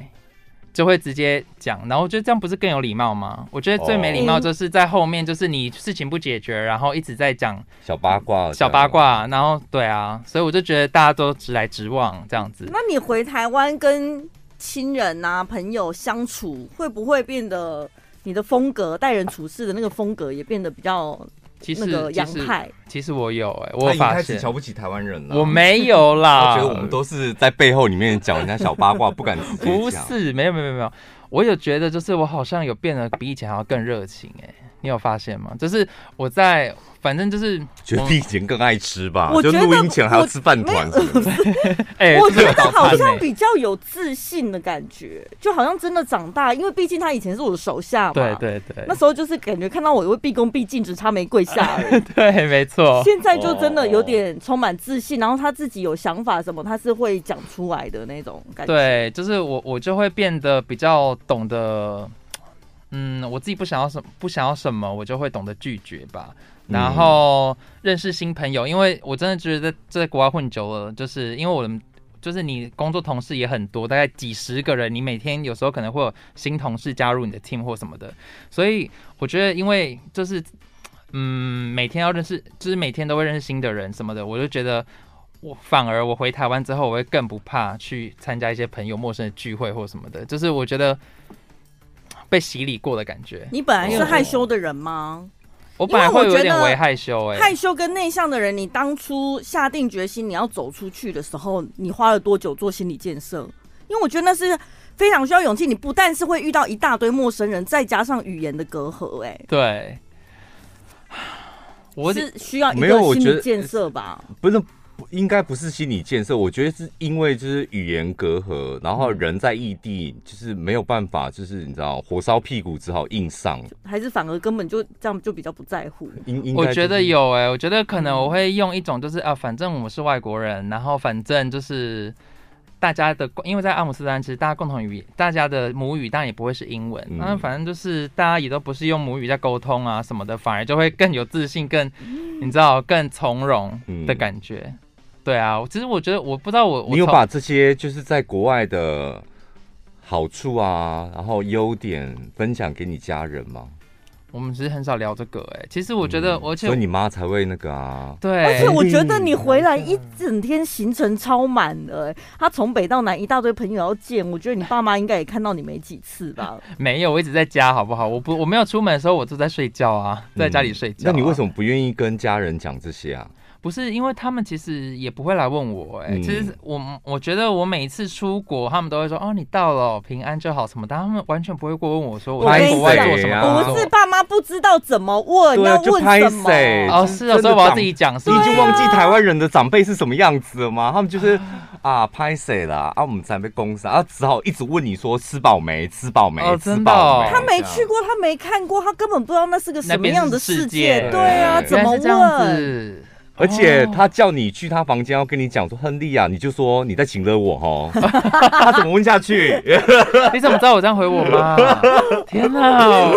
[SPEAKER 2] 就会直接讲，然后我觉得这样不是更有礼貌吗？我觉得最没礼
[SPEAKER 1] 哦
[SPEAKER 2] 貌就是在后面，就是你事情不解决，然后一直在讲
[SPEAKER 3] 小八卦，
[SPEAKER 2] 小八。卦，然后对啊，所以我就觉得大家都直来直往这样子。
[SPEAKER 1] 那你回台湾跟亲人啊、朋友相处，会不会变得你的风格、待人处事的那个风格也变得比较
[SPEAKER 2] 其
[SPEAKER 1] 那
[SPEAKER 2] 实
[SPEAKER 1] 个
[SPEAKER 2] 其
[SPEAKER 1] 洋
[SPEAKER 2] 实
[SPEAKER 1] 派？
[SPEAKER 2] 其实我有哎、我
[SPEAKER 3] 他
[SPEAKER 2] 有
[SPEAKER 3] 已经
[SPEAKER 2] 发
[SPEAKER 3] 开始
[SPEAKER 2] 现
[SPEAKER 3] 瞧不起台湾人了。
[SPEAKER 2] 我没有啦，
[SPEAKER 3] 我觉得我们都是在背后里面讲人家小八卦，不敢直接讲。
[SPEAKER 2] 不是没有没有没有没有，我有觉得就是我好像有变得比以前还要更热情哎、你有发现吗？就是我在反正就是
[SPEAKER 3] 觉得比以前更爱吃吧？
[SPEAKER 1] 我
[SPEAKER 3] 就
[SPEAKER 1] 觉得
[SPEAKER 3] 录音前还要吃饭团
[SPEAKER 1] 我
[SPEAKER 3] 什么的，
[SPEAKER 2] 哎，
[SPEAKER 1] 我觉
[SPEAKER 2] 这个
[SPEAKER 1] 得
[SPEAKER 2] 早
[SPEAKER 1] 好
[SPEAKER 2] 餐
[SPEAKER 1] 像
[SPEAKER 2] 哎
[SPEAKER 1] 比较有自信的感觉，就好像真的长大，因为毕竟他以前是我的手下嘛。
[SPEAKER 2] 对。对对
[SPEAKER 1] 那时候就是感觉看到我也会毕恭毕敬，只差没跪下 而已。
[SPEAKER 2] 对，没错。
[SPEAKER 1] 现在就真的有点充满自信，然后他自己有想法什么，他是会讲出来的那种感觉。
[SPEAKER 2] 对，就是我我就会变得比较懂得，嗯，我自己不想要什不想要什么，我就会懂得拒绝吧。然后认识新朋友，因为我真的觉得在国外混久了，就是因为我们。就是你工作同事也很多，大概几十个人，你每天有时候可能会有新同事加入你的 team 或什么的，所以我觉得，因为就是嗯，每天要认识，就是每天都会认识新的人什么的，我就觉得嗯我反而我回台湾之后，我会更不怕去参加一些朋友陌生的聚会或什么的，就是我觉得被洗礼过的感觉。
[SPEAKER 1] 你本来是害羞的人吗？
[SPEAKER 2] 我本来会有
[SPEAKER 1] 因为我觉
[SPEAKER 2] 点
[SPEAKER 1] 得
[SPEAKER 2] 为害羞哎、
[SPEAKER 1] 害羞跟内向的人，你当初下定决心你要走出去的时候，你花了多久做心理建设？因为我觉得那是非常需要勇气。你不但是会遇到一大堆陌生人，再加上语言的隔阂、哎，
[SPEAKER 2] 对，我
[SPEAKER 1] 是需要一
[SPEAKER 3] 没有
[SPEAKER 1] 个
[SPEAKER 3] 我
[SPEAKER 1] 心
[SPEAKER 3] 觉
[SPEAKER 1] 理
[SPEAKER 3] 得
[SPEAKER 1] 建设吧？
[SPEAKER 3] 不是不应该不是心理建设，我觉得是因为就是语言隔阂，然后人在异地就是没有办法，就是你知道火烧屁股只好硬上，
[SPEAKER 1] 还是反而根本就这样就比较不在乎？
[SPEAKER 3] 应应该
[SPEAKER 2] 我
[SPEAKER 3] 就是嗯
[SPEAKER 2] 觉得有哎、我觉得可能我会用一种就是啊，反正我是外国人，然后反正就是大家的，因为在阿姆斯特丹其实大家共同语言，大家的母语当然也不会是英文，
[SPEAKER 3] 嗯
[SPEAKER 2] 那、反正就是大家也都不是用母语在沟通啊什么的，反而就会更有自信，更
[SPEAKER 3] 嗯
[SPEAKER 2] 你知道更从容的感觉。对啊，其实我觉得我不知道我我
[SPEAKER 3] 你有
[SPEAKER 2] 从
[SPEAKER 3] 把这些就是在国外的好处啊，然后优点分享给你家人吗？
[SPEAKER 2] 我们其实很少聊这个哎、其实我觉得，而且
[SPEAKER 3] 嗯所以你妈才会那个啊，
[SPEAKER 2] 对，
[SPEAKER 1] 而且我觉得你回来一整天行程超满的、哎他从北到南一大堆朋友要见，我觉得你爸妈应该也看到你没几次吧？
[SPEAKER 2] 没有，我一直在家，好不好？我不，我没有出门的时候，我都在睡觉啊，在家里睡觉啊、
[SPEAKER 3] 嗯那你为什么不愿意跟家人讲这些啊？
[SPEAKER 2] 不是因为他们其实也不会来问我、哎、
[SPEAKER 3] 嗯
[SPEAKER 2] 其实我我觉得我每一次出国，他们都会说哦，你到了平安就好什么的，他们完全不会过问我说我
[SPEAKER 1] 我跟
[SPEAKER 2] 在
[SPEAKER 1] 你
[SPEAKER 2] 国外
[SPEAKER 1] 讲
[SPEAKER 2] 做什么哦
[SPEAKER 3] 啊
[SPEAKER 2] 工
[SPEAKER 1] 不
[SPEAKER 2] 作
[SPEAKER 1] 是。爸妈不知道怎么问，
[SPEAKER 3] 对啊
[SPEAKER 1] 要
[SPEAKER 3] 就
[SPEAKER 1] 问
[SPEAKER 3] 拍
[SPEAKER 1] 什么？
[SPEAKER 3] 谁
[SPEAKER 2] 哦，是哦，
[SPEAKER 3] 真的
[SPEAKER 2] 所以我要自己讲，是
[SPEAKER 3] 你
[SPEAKER 2] 不
[SPEAKER 3] 已
[SPEAKER 2] 是
[SPEAKER 3] 经忘记台湾人的长辈是什么样子了吗？他们就是啊，拍谁啦？啊，我们才被攻杀，啊，只好一直问你说吃饱没？吃饱没？
[SPEAKER 2] 哦
[SPEAKER 3] 吃
[SPEAKER 2] 真的
[SPEAKER 3] 饱没
[SPEAKER 2] 哦
[SPEAKER 1] 他没去过，他没看过，他根本不知道那是个什么样的世界。
[SPEAKER 2] 那边是世界
[SPEAKER 1] 对啊，
[SPEAKER 3] 对
[SPEAKER 1] 怎么
[SPEAKER 2] 原来是这样
[SPEAKER 1] 问？
[SPEAKER 2] 子
[SPEAKER 3] 而且他叫你去他房间，要跟你讲说亨利啊，你就说你在请了我 哦。他怎么问下去？
[SPEAKER 2] 你怎么知道我这样回我 妈？天哪！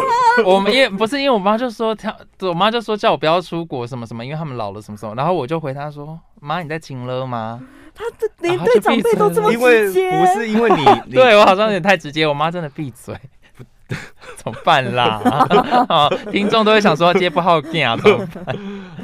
[SPEAKER 2] 我们也不是因为我妈就说她，我妈就说叫我不要出国什么什么，因为他们老了什么什么，然后我就回她说：“妈，你在请了吗
[SPEAKER 1] 他这连
[SPEAKER 2] 啊
[SPEAKER 1] 对长辈都这么
[SPEAKER 3] 因为
[SPEAKER 1] 直接，
[SPEAKER 3] 不是因为你，？”你
[SPEAKER 2] 对我好像有点太直接，我妈真的闭嘴。怎么办啦？ 啊，听众都会想说接不好电啊，怎么办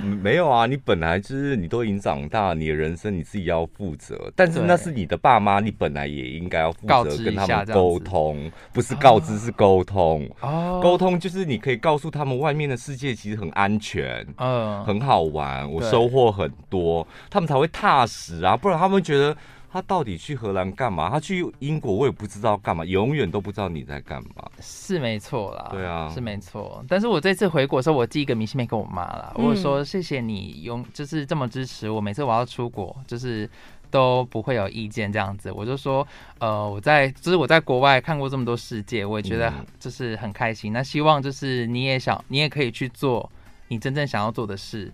[SPEAKER 5] 嗯
[SPEAKER 3] 没有啊，你本来就是你都已经长大，你的人生你自己要负责。但是
[SPEAKER 2] 对
[SPEAKER 3] 那是你的爸妈，你本来也应该要负
[SPEAKER 2] 告
[SPEAKER 3] 责
[SPEAKER 2] 知
[SPEAKER 3] 跟
[SPEAKER 2] 一
[SPEAKER 3] 他
[SPEAKER 2] 下
[SPEAKER 3] 们
[SPEAKER 2] 这样
[SPEAKER 3] 沟
[SPEAKER 2] 子啊
[SPEAKER 3] 通，不是告知是沟通。沟
[SPEAKER 2] 哦，
[SPEAKER 3] 通就是你可以告诉他们，外面的世界其实很安全。
[SPEAKER 2] 嗯，
[SPEAKER 3] 很好玩，我
[SPEAKER 2] 对
[SPEAKER 3] 收获很多，他们才会踏实啊，不然他们觉得他到底去荷兰干嘛？他去英国我也不知道干嘛，永远都不知道你在干嘛。
[SPEAKER 2] 是没错啦，
[SPEAKER 3] 对啊
[SPEAKER 2] 是没错。但是我这次回国的时候，我寄一个明信片给我妈啦，
[SPEAKER 6] 嗯
[SPEAKER 2] 我说谢谢你用，就是这么支持我，每次我要出国，就是。都不会有意见这样子，我就说，呃，我在就是我在国外看过这么多世界，我也觉得
[SPEAKER 3] 嗯
[SPEAKER 2] 就是很开心。那希望就是你也想，你也可以去做你真正想要做的事，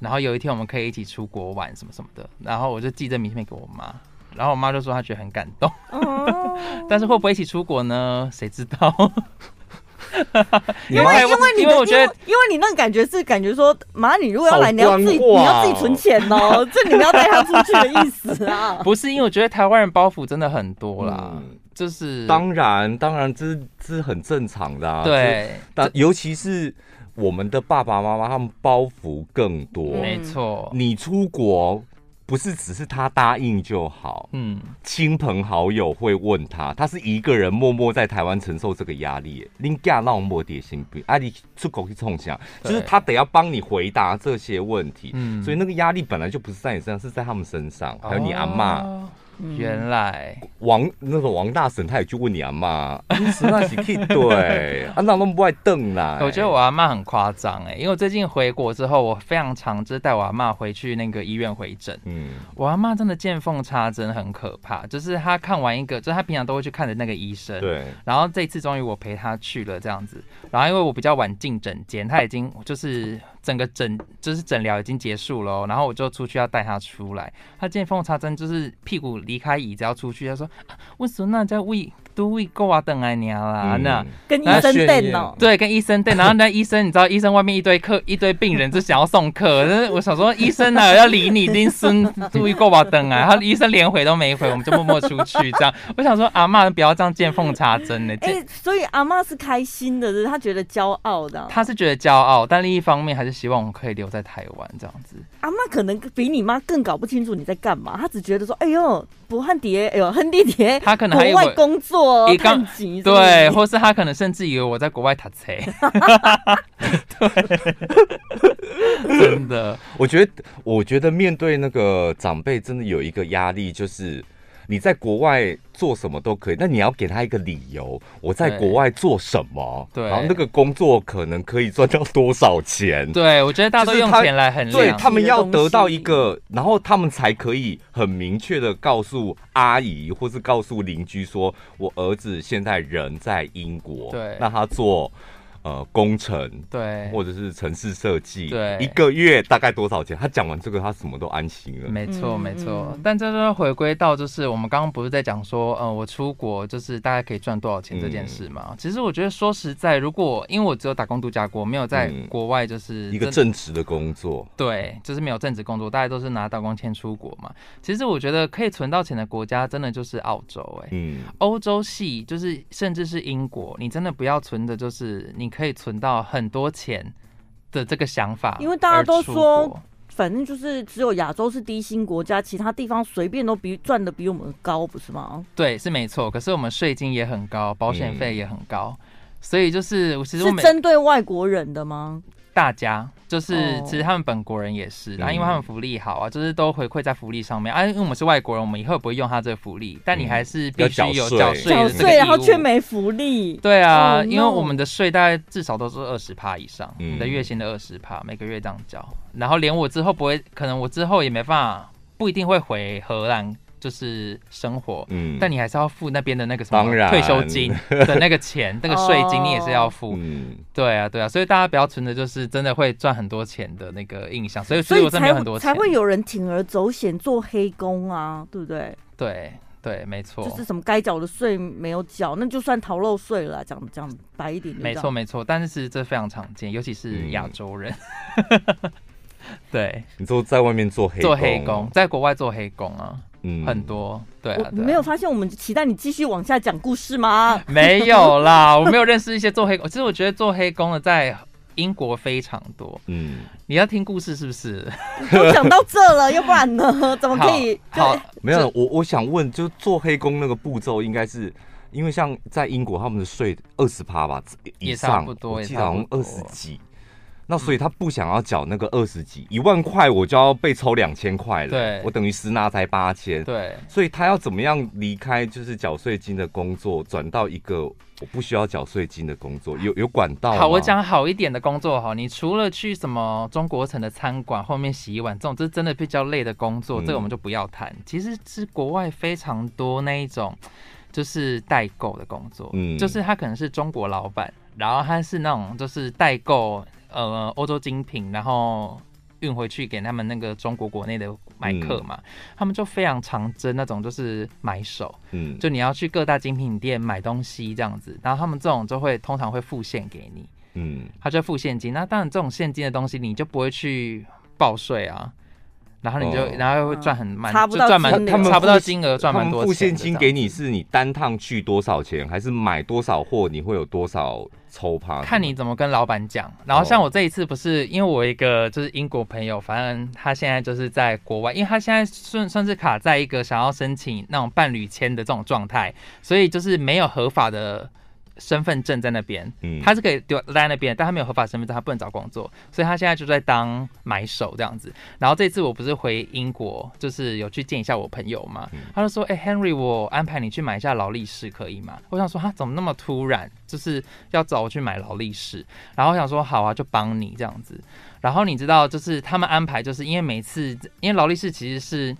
[SPEAKER 2] 然后有一天我们可以一起出国玩什么什么的。然后我就寄这明信片给我妈，然后我妈就说她觉得很感动，
[SPEAKER 1] 哦
[SPEAKER 2] 但是会不会一起出国呢？谁知道？
[SPEAKER 1] 因为因
[SPEAKER 2] 因
[SPEAKER 1] 为你
[SPEAKER 2] 因
[SPEAKER 1] 的
[SPEAKER 2] 为我觉得
[SPEAKER 1] 因为因为你那个感觉是感觉说，妈，你如果要来，
[SPEAKER 5] 好
[SPEAKER 1] 你要自己
[SPEAKER 5] 官话
[SPEAKER 1] 你
[SPEAKER 5] 哦
[SPEAKER 1] 要自己存钱哦，这你们要带他出去的意思 啊。
[SPEAKER 2] 不是因为我觉得台湾人包袱真的很多啦，
[SPEAKER 3] 嗯
[SPEAKER 2] 就是
[SPEAKER 3] 当然，当然这这是很正常的、啊。这，
[SPEAKER 2] 对，
[SPEAKER 3] 但尤其是我们的爸爸妈妈，他们包袱更多。
[SPEAKER 1] 嗯
[SPEAKER 2] 没错，
[SPEAKER 3] 你出国不是只是他答应就好，
[SPEAKER 2] 嗯，
[SPEAKER 3] 亲朋好友会问他，他是一个人默默在台湾承受这个压力耶。你嫁让我爹心病，啊，你出国去冲下，
[SPEAKER 2] 对
[SPEAKER 3] 就是他得要帮你回答这些问题，
[SPEAKER 2] 嗯
[SPEAKER 3] 所以那个压力本来就不是在你身上，是在他们身上，还有你阿妈、
[SPEAKER 2] 哦原来
[SPEAKER 3] 王那个王大婶，他也去问你 阿妈，你实在是去对，啊，那都不爱瞪啦。
[SPEAKER 2] 我觉得我阿妈很夸张哎，因为我最近回国之后，我非常常就是带我阿妈回去那个医院回诊，
[SPEAKER 3] 嗯，
[SPEAKER 2] 我阿妈真的见缝插针，很可怕。就是她看完一个，就是她平常都会去看的那个医生，
[SPEAKER 3] 对，
[SPEAKER 2] 然后这次终于我陪他去了这样子，然后因为我比较晚进诊间，他已经就是整个诊就是诊疗已经结束了哦、然后我就出去要带他出来，他见缝插针就是屁股离开椅子要出去，他说啊为什么那在胃都胃够啊等啊你啦
[SPEAKER 3] 嗯
[SPEAKER 2] 那、
[SPEAKER 1] 跟医
[SPEAKER 2] 他
[SPEAKER 1] 生
[SPEAKER 3] 炫
[SPEAKER 1] 瞪
[SPEAKER 3] 耀
[SPEAKER 1] 哦，
[SPEAKER 2] 对跟医生对，然后那医生你知道医生外面一堆客一堆病人就想要送客，但是我想说医生哪有要理你拎孙都胃够啊等啊，他医生连回都没回，我们就默默出去这样，我想说阿妈不要这样见缝插针的、见
[SPEAKER 1] 哎、所以阿妈是开心的，是她觉得骄傲的啊、
[SPEAKER 2] 他是觉得骄傲，但另一方面还是希望我可以留在台湾这样子。
[SPEAKER 1] 阿妈可能比你妈更搞不清楚你在干嘛，她只觉得说，哎呦，不汉蝶，哎呦，亨地蝶，
[SPEAKER 2] 她可能还以
[SPEAKER 1] 国
[SPEAKER 2] 为
[SPEAKER 1] 外工作哦
[SPEAKER 2] 也刚
[SPEAKER 1] 探级，
[SPEAKER 2] 对，，或是他可能甚至以为我在国外读册。 对，真的，
[SPEAKER 3] 我觉得，我觉得面对那个长辈，真的有一个压力，就是你在国外做什么都可以，那你要给他一个理由，我在
[SPEAKER 2] 对
[SPEAKER 3] 国外做什么，
[SPEAKER 2] 对
[SPEAKER 3] 然后那个工作可能可以赚到多少钱，
[SPEAKER 2] 对我觉得大家都
[SPEAKER 3] 就是
[SPEAKER 2] 用
[SPEAKER 3] 他
[SPEAKER 2] 钱来衡
[SPEAKER 3] 对
[SPEAKER 2] 量。
[SPEAKER 3] 他们要得到
[SPEAKER 1] 你
[SPEAKER 3] 一
[SPEAKER 1] 的
[SPEAKER 3] 个，然后他们才可以很明确的告诉阿姨或是告诉邻居说，我儿子现在人在英国，
[SPEAKER 2] 对
[SPEAKER 3] 那他做呃工程，
[SPEAKER 2] 对，
[SPEAKER 3] 或者是城市设计，
[SPEAKER 2] 对
[SPEAKER 3] 一个月大概多少钱？他讲完这个，他什么都安心了。
[SPEAKER 2] 没错
[SPEAKER 1] 嗯
[SPEAKER 2] 没错
[SPEAKER 1] 嗯。
[SPEAKER 2] 但这就是回归到，就是我们刚刚不是在讲说，呃，我出国就是大概可以赚多少钱这件事嘛？其实我觉得说实在，如果因为我只有打工度假过，没有在
[SPEAKER 3] 嗯
[SPEAKER 2] 国外就是
[SPEAKER 3] 一个
[SPEAKER 2] 真
[SPEAKER 3] 正职的工作，
[SPEAKER 2] 对，就是没有正职工作，大家都是拿打工签出国嘛。其实我觉得可以存到钱的国家，真的就是澳洲、欸，
[SPEAKER 3] 嗯，
[SPEAKER 2] 欧洲系就是甚至是英国，你真的不要存的，就是你可以存到很多钱的这个想法而出国，
[SPEAKER 1] 因为大家都说反正就是只有亚洲是低薪国家，其他地方随便都比赚的比我们高，不是吗？
[SPEAKER 2] 对是没错，可是我们税金也很高，保险费也很高，所以就是我其实我
[SPEAKER 1] 是
[SPEAKER 2] 每
[SPEAKER 1] 针对外国人的吗？
[SPEAKER 2] 大家，就是
[SPEAKER 1] 哦
[SPEAKER 2] 其实他们本国人也
[SPEAKER 3] 嗯
[SPEAKER 2] 是，然后因为他们福利好啊，就是都回馈在福利上面啊。因为我们是外国人，我们以后也不会用他这个福利，但你还是必须
[SPEAKER 3] 要
[SPEAKER 2] 有
[SPEAKER 3] 缴
[SPEAKER 2] 缴
[SPEAKER 3] 税
[SPEAKER 2] 税
[SPEAKER 1] 缴
[SPEAKER 2] 的这个
[SPEAKER 1] 税，然后
[SPEAKER 2] 义务
[SPEAKER 1] 却没福利，
[SPEAKER 2] 对啊
[SPEAKER 1] Oh, no
[SPEAKER 2] 因为我们的税大概至少都是二十趴以上，
[SPEAKER 3] 嗯
[SPEAKER 2] 你的月薪的二十趴，每个月这样缴。然后连我之后不会，可能我之后也没办法，不一定会回荷兰就是生活，
[SPEAKER 3] 嗯
[SPEAKER 2] 但你还是要付那边的那个什么
[SPEAKER 3] 当然
[SPEAKER 2] 退休金的那 个钱，那个税金你也是要付。
[SPEAKER 3] 嗯，
[SPEAKER 2] 对啊，对啊，所以大家不要存的就是真的会赚很多钱的那个印象，所以其
[SPEAKER 1] 所
[SPEAKER 2] 实
[SPEAKER 1] 以
[SPEAKER 2] 我真的没
[SPEAKER 1] 才
[SPEAKER 2] 有很多钱，
[SPEAKER 1] 才会有人铤而走险做黑工啊，对不对？
[SPEAKER 2] 对对，没错，
[SPEAKER 1] 就是什么该缴的税没有缴，那就算逃漏税了啦，讲讲白一点就这
[SPEAKER 2] 没
[SPEAKER 1] 样，
[SPEAKER 2] 错没错，但是其实这非常常见，尤其是亚洲人， 对，
[SPEAKER 3] 你都在外面做黑
[SPEAKER 2] 做黑工，，在国外做黑工啊，
[SPEAKER 7] 嗯
[SPEAKER 2] 很多。对啊，
[SPEAKER 1] 我
[SPEAKER 2] 对啊
[SPEAKER 1] 没有发现，我们期待你继续往下讲故事 吗？
[SPEAKER 2] 没有啦， 我没有认识一些做黑工，其实我觉得做黑工的在英国非常多。
[SPEAKER 7] 嗯，
[SPEAKER 2] 你要听故事是不是？
[SPEAKER 1] 都讲到这了，要不然呢？ 怎么可以？
[SPEAKER 2] 好，好
[SPEAKER 3] 没有，我我想问，就是做黑工那个步骤，应该是因为像在英国，他们的税二十趴吧以
[SPEAKER 2] 也
[SPEAKER 3] 上，
[SPEAKER 2] 差不多
[SPEAKER 3] 我
[SPEAKER 2] 也
[SPEAKER 3] 记得好像
[SPEAKER 2] 差不
[SPEAKER 3] 二
[SPEAKER 2] 多
[SPEAKER 3] 十几。那所以他不想要缴那个二十几，一万块我就要被抽两千块了，
[SPEAKER 2] 对
[SPEAKER 3] 我等于实拿才八千。
[SPEAKER 2] 对。
[SPEAKER 3] 所以他要怎么样离开就是缴税金的工作，转到一个我不需要缴税金的工作，有有管道吗
[SPEAKER 2] 好，我讲好一点的工作哈，你除了去什么中国城的餐馆后面洗碗这种，这真的比较累的工作，
[SPEAKER 3] 嗯
[SPEAKER 2] 这个我们就不要谈。其实是国外非常多那一种，就是代购的工作，
[SPEAKER 3] 嗯
[SPEAKER 2] 就是他可能是中国老板，然后他是那种就是代购呃欧洲精品，然后。运回去给他们那个中国国内的买客嘛，他们就非常常征那种就是买手，
[SPEAKER 3] 嗯，
[SPEAKER 2] 就你要去各大精品店买东西这样子，然后他们这种就会通常会付现给你，
[SPEAKER 3] 嗯
[SPEAKER 2] 他就付现金。那当然，这种现金的东西你就不会去报税啊，然后你就、
[SPEAKER 3] 哦
[SPEAKER 2] 然后会赚很蛮，
[SPEAKER 1] 嗯查不到
[SPEAKER 2] 就赚蛮
[SPEAKER 1] 金流
[SPEAKER 2] 查不到金额，赚
[SPEAKER 3] 他
[SPEAKER 2] 蛮
[SPEAKER 3] 们
[SPEAKER 2] 多钱的
[SPEAKER 3] 付现金给
[SPEAKER 2] 这样。
[SPEAKER 3] 你是你单趟去多少钱，还是买多少货，你会有多少抽趴？
[SPEAKER 2] 看你怎么跟老板讲。然
[SPEAKER 3] 哦
[SPEAKER 2] 后像我这一次不是，因为我一个就是英国朋友，反正他现在就是在国外，因为他现在算算是卡在一个想要申请那种伴侣签的这种状态，所以就是没有合法的身份证在那边。
[SPEAKER 3] 嗯
[SPEAKER 2] 他是可以丢在那边，但他没有合法身份证，他不能找工作，所以他现在就在当买手这样子。然后这次我不是回英国，就是有去见一下我朋友嘛，他就说：“哎、h e n r y 我安排你去买一下劳力士可以吗？”我想说他怎么那么突然，就是要找我去买劳力士，然后我想说好啊，就帮你这样子。然后你知道，就是他们安排，就是因为每次因为劳力士其实是。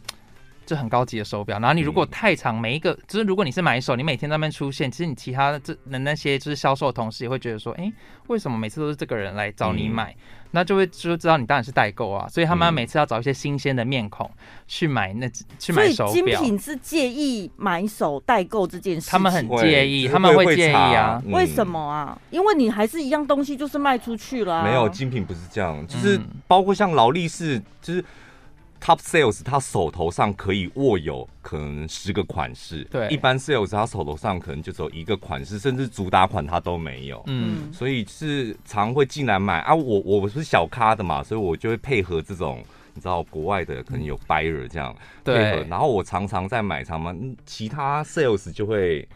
[SPEAKER 2] 就很高级的手表，然后你如
[SPEAKER 3] 嗯
[SPEAKER 2] 果太长，每一个就是如果你是买手，你每天在那边出现，其实你其他的这的那些就是销售的同事也会觉得说，哎、为什么每次都是这个人来找你买？那就会就知道你当然是代购啊，所以他们
[SPEAKER 3] 嗯
[SPEAKER 2] 每次要找一些新鲜的面孔去买那去
[SPEAKER 1] 所
[SPEAKER 2] 买
[SPEAKER 1] 以
[SPEAKER 2] 手
[SPEAKER 1] 精
[SPEAKER 2] 表，嗯
[SPEAKER 1] 品是介意买手代购这件事情，
[SPEAKER 2] 他们很介意，
[SPEAKER 3] 会
[SPEAKER 2] 他们
[SPEAKER 3] 会
[SPEAKER 2] 介意啊
[SPEAKER 3] 查。嗯
[SPEAKER 1] 为什么啊？因为你还是一样东西，就是卖出去了、啊。
[SPEAKER 3] 没有精品不是这样，就是
[SPEAKER 2] 嗯
[SPEAKER 3] 包括像劳力士，就是 top sales，他手头上可以握有可能十个款式，
[SPEAKER 2] 对
[SPEAKER 3] 一般 sales 他手头上可能就只有一个款式，甚至主打款他都没有。
[SPEAKER 2] 嗯，
[SPEAKER 3] 所以是常会进来买啊，我我是小咖的嘛，所以我就会配合这种你知道国外的可能有 buyer 这样配合，
[SPEAKER 2] 对，
[SPEAKER 3] 然后我常常在买场嘛，嗯其他 sales 就会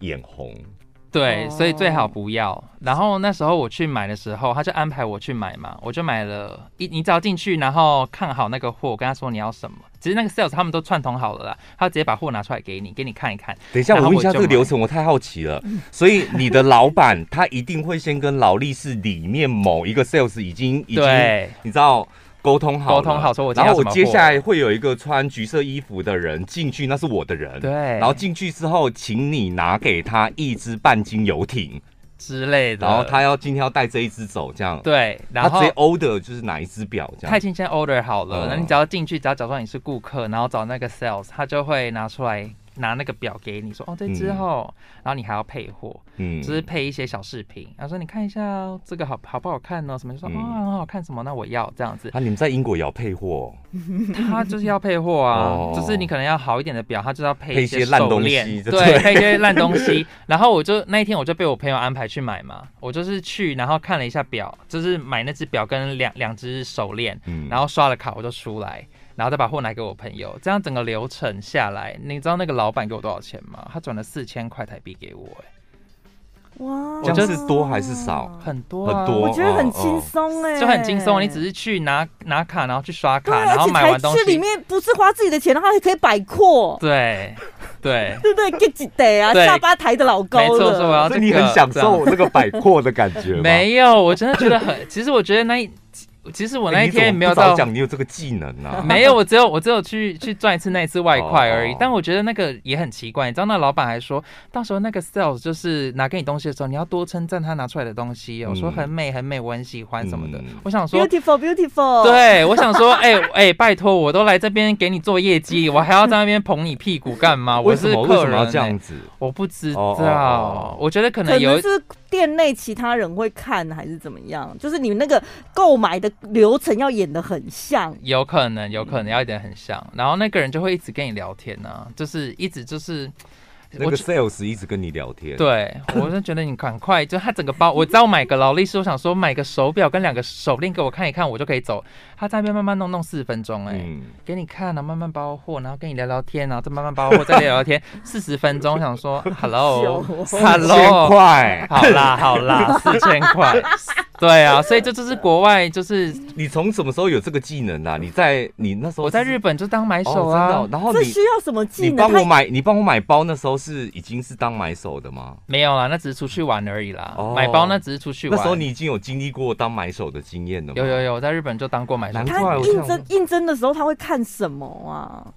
[SPEAKER 3] 眼红，
[SPEAKER 2] 对，
[SPEAKER 1] 哦
[SPEAKER 2] 所以最好不要。然后那时候我去买的时候，他就安排我去买嘛，我就买了一，你只要进去，然后看好那个货，跟他说你要什么。其实那个 sales 他们都串通好了啦，他直接把货拿出来给你，给你看一看。
[SPEAKER 3] 等一下，
[SPEAKER 2] 然
[SPEAKER 3] 我
[SPEAKER 2] 后
[SPEAKER 3] 问一下
[SPEAKER 2] 我
[SPEAKER 3] 这
[SPEAKER 2] 就买
[SPEAKER 3] 个
[SPEAKER 2] 嗯
[SPEAKER 3] 流程，我太好奇了。所以你的老板他一定会先跟劳力士里面某一个 sales 已经已经
[SPEAKER 2] 对，
[SPEAKER 3] 你知道沟通好了
[SPEAKER 2] 沟通好说我今
[SPEAKER 3] 然
[SPEAKER 2] 天要
[SPEAKER 3] 后我
[SPEAKER 2] 什么
[SPEAKER 3] 接
[SPEAKER 2] 货
[SPEAKER 3] 下来会有一个穿橘色衣服的人进去，那是我的人。
[SPEAKER 2] 对
[SPEAKER 3] 然后进去之后，请你拿给他一只半斤游艇，
[SPEAKER 2] 之类的。
[SPEAKER 3] 然后他要今天要带这一只走，这样。
[SPEAKER 2] 对，然
[SPEAKER 3] 他
[SPEAKER 2] 后
[SPEAKER 3] 直接 order 就是哪一只表这
[SPEAKER 2] 他已
[SPEAKER 3] 样。
[SPEAKER 2] 经先 order 好了，
[SPEAKER 3] 嗯
[SPEAKER 2] 那、你只要进去，只要假装你是顾客，然后找那个 sales，他就会拿出来拿那个表给你说，哦，这之后，然后你还要配货，
[SPEAKER 3] 嗯
[SPEAKER 2] 就是配一些小饰品，然后说你看一下哦这个好好不好看呢、什么就说啊、
[SPEAKER 3] 嗯
[SPEAKER 2] 哦、很好看什么，那我要这样子，
[SPEAKER 3] 啊，你们在英国也要配货，
[SPEAKER 2] 他就是要配货啊，
[SPEAKER 3] 哦
[SPEAKER 2] 就是你可能要好一点的表，他就是要配
[SPEAKER 3] 配一
[SPEAKER 2] 一
[SPEAKER 3] 些
[SPEAKER 2] 些
[SPEAKER 3] 烂
[SPEAKER 2] 手
[SPEAKER 3] 东
[SPEAKER 2] 链
[SPEAKER 3] 西就对
[SPEAKER 2] 对，配一些烂东 西。然后我就那一天我就被我朋友安排去买嘛，我就是去然后看了一下表，就是买那只表跟两两只手链，
[SPEAKER 3] 嗯
[SPEAKER 2] 然后刷了卡我就出来，然后再把货拿给我朋友，这样整个流程下来，你知道那个老板给我多少钱吗？他转了四千块台币给我、哎，
[SPEAKER 1] 哇，
[SPEAKER 3] 这样是多还是少？哦
[SPEAKER 2] 很多、啊，
[SPEAKER 3] 很多
[SPEAKER 1] 我觉得很轻松哎，
[SPEAKER 2] 就很轻松，你只是去拿拿卡，然后去刷
[SPEAKER 1] 对
[SPEAKER 2] 卡，
[SPEAKER 1] 啊，
[SPEAKER 2] 然后买
[SPEAKER 1] 而
[SPEAKER 2] 完
[SPEAKER 1] 且
[SPEAKER 2] 东
[SPEAKER 1] 才去里
[SPEAKER 2] 西，
[SPEAKER 1] 面不是花自己的钱，然后还可以摆阔，
[SPEAKER 2] 对 对，
[SPEAKER 1] 对不对？get 几 day 啊，
[SPEAKER 2] 对
[SPEAKER 1] 下巴抬的老高
[SPEAKER 2] 没错，所以我
[SPEAKER 1] 了。
[SPEAKER 2] 要
[SPEAKER 3] 所
[SPEAKER 2] 这
[SPEAKER 3] 以你很
[SPEAKER 2] 个
[SPEAKER 3] 享
[SPEAKER 2] 这样
[SPEAKER 3] 受那个摆阔的感觉吗？
[SPEAKER 2] 没有，我真的觉得很，其实我觉得那一，其实哦我那
[SPEAKER 3] 哎
[SPEAKER 2] 一
[SPEAKER 3] 你怎么
[SPEAKER 2] 天没有
[SPEAKER 3] 不早
[SPEAKER 2] 到，
[SPEAKER 3] 讲你有这个技能 啊。
[SPEAKER 2] 没有，我只有我只有去去赚一次那一次外快而已。
[SPEAKER 3] 哦
[SPEAKER 2] 但我觉得那个也很奇怪，你知道那老板还说，到时候那个 sales 就是拿给你东西的时候，你要多称赞他拿出来的东西哦，我说
[SPEAKER 3] 嗯
[SPEAKER 2] 很美很美，我很喜欢什么的。
[SPEAKER 3] 嗯
[SPEAKER 2] 我想说。
[SPEAKER 1] Beautiful, beautiful。，
[SPEAKER 2] 对，我想说，哎、哎、拜托，我都来这边给你做业绩，我还要在那边捧你屁股干嘛？我
[SPEAKER 3] 为什
[SPEAKER 2] 是
[SPEAKER 3] 么
[SPEAKER 2] 客
[SPEAKER 3] 为
[SPEAKER 2] 人、
[SPEAKER 3] 什么要这
[SPEAKER 2] 哎
[SPEAKER 3] 样子？
[SPEAKER 2] 我不知道，
[SPEAKER 3] 哦哦哦
[SPEAKER 2] 我觉得可
[SPEAKER 1] 可
[SPEAKER 2] 能有
[SPEAKER 1] 能是店内其他人会看还是怎么样？就是你那个购买的流程要演的很像。
[SPEAKER 2] 有可能，有可能要一点很像，然后那个人就会一直跟你聊天呢、就是一直就是，
[SPEAKER 3] 那
[SPEAKER 2] 我
[SPEAKER 3] 个
[SPEAKER 2] 就
[SPEAKER 3] sales 一直跟你聊天，，
[SPEAKER 2] 对我就觉得你赶快， 就他整个包，我知道买个劳力士，我想说买个手表跟两个手链给我看一看，我就可以走。他在那边慢慢弄弄四十分钟、哎、
[SPEAKER 3] 嗯，
[SPEAKER 2] 给你看，然后慢慢包货，然后跟你聊聊天，然后再慢慢包货，再聊聊 天，四十分钟，我想说
[SPEAKER 3] 千
[SPEAKER 2] hello，hello，
[SPEAKER 3] 块，
[SPEAKER 2] 好啦好啦，四千块，对啊，所以这就是国外，就是
[SPEAKER 3] 你从什么时候有这个技能啊？你在你那时候
[SPEAKER 2] 我在
[SPEAKER 3] 是
[SPEAKER 2] 日本就当买
[SPEAKER 3] 哦
[SPEAKER 2] 手
[SPEAKER 3] 真的
[SPEAKER 2] 啊
[SPEAKER 3] 哦，然后
[SPEAKER 1] 这
[SPEAKER 3] 你
[SPEAKER 1] 需要什么技
[SPEAKER 3] 你
[SPEAKER 1] 能？
[SPEAKER 3] 帮
[SPEAKER 1] 他
[SPEAKER 3] 我买，你帮我买包那时候是已经是当买手的吗？
[SPEAKER 2] 没有啦，那只是出去玩而已啦，
[SPEAKER 3] 哦
[SPEAKER 2] 买包那只是出去
[SPEAKER 3] 那
[SPEAKER 2] 玩。
[SPEAKER 3] 时候你已经有经历过当买手的经验了吗？
[SPEAKER 2] 有有有，我在日本就当过买手
[SPEAKER 3] 难，怪
[SPEAKER 1] 他
[SPEAKER 3] 我
[SPEAKER 1] 应
[SPEAKER 3] 想
[SPEAKER 1] 征应征的时候他会看什么啊？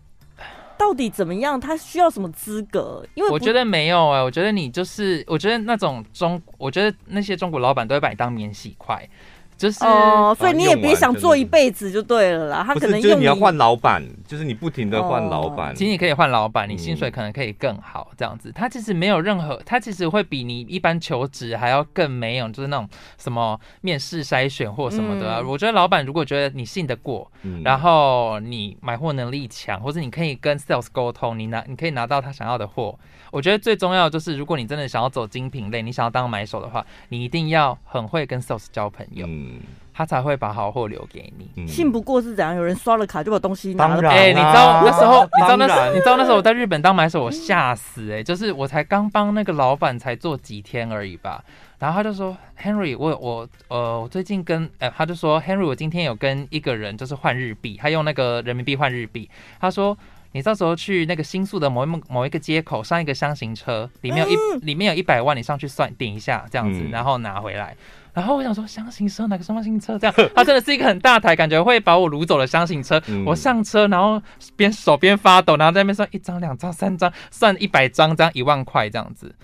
[SPEAKER 1] 到底怎么样？他需要什么资格？因为
[SPEAKER 2] 我
[SPEAKER 1] 不
[SPEAKER 2] 觉得没有哎、我觉得你就是，我觉得那种中，我觉得那些中国老板都会把你当免洗块，就是、
[SPEAKER 1] 哦，所以你也
[SPEAKER 3] 用完
[SPEAKER 1] 别想
[SPEAKER 3] 就是
[SPEAKER 1] 做一辈子就对了啦。他
[SPEAKER 3] 不
[SPEAKER 1] 可
[SPEAKER 3] 是
[SPEAKER 1] 能
[SPEAKER 3] 就是
[SPEAKER 1] 用
[SPEAKER 3] 你要换老板，就是你不停的换
[SPEAKER 1] 哦
[SPEAKER 3] 老板。
[SPEAKER 2] 其实你可以换老板，你
[SPEAKER 3] 嗯
[SPEAKER 2] 薪水可能可以更好，这样子。他其实没有任何，他其实会比你一般求职还要更没有，就是那种什么面试筛选或什么的啊、
[SPEAKER 1] 嗯
[SPEAKER 2] 我觉得老板如果觉得你信得过，
[SPEAKER 3] 嗯
[SPEAKER 2] 然后你买货能力强，或者你可以跟 sales 沟通，你拿你可以拿到他想要的货。我觉得最重要的就是，如果你真的想要走精品类，你想要当买手的话，你一定要很会跟 sales 交朋友，
[SPEAKER 3] 嗯
[SPEAKER 2] 他才会把好货留给你。
[SPEAKER 3] 嗯
[SPEAKER 1] 信不过是怎样？有人刷了卡就把东西拿
[SPEAKER 3] 当
[SPEAKER 1] 了
[SPEAKER 3] 然
[SPEAKER 2] 哎、你知道那时候，你知道那时
[SPEAKER 3] 啊当然
[SPEAKER 2] 你知道那时候我在日本当买手，我吓死哎、就是我才刚帮那个老板才做几天而已吧，然后他就说 Henry，我我呃我最近跟呃他就说 Henry，我今天有跟一个人就是换日币，他用那个人民币换日币，他说。你到时候去那个新宿的某一某某一个街口上一个箱型车，里面有一、里面有一百万，你上去算点一下这样子，
[SPEAKER 3] 嗯
[SPEAKER 2] 然后拿回来。然后我想说箱型车哪个箱型车这样， 他真的是一个很大台，感觉会把我掳走的箱型车。
[SPEAKER 3] 嗯
[SPEAKER 2] 我上车，然后边手边发抖，然后在那边算一张、两张、三张，算一百张，这样一万块这样子，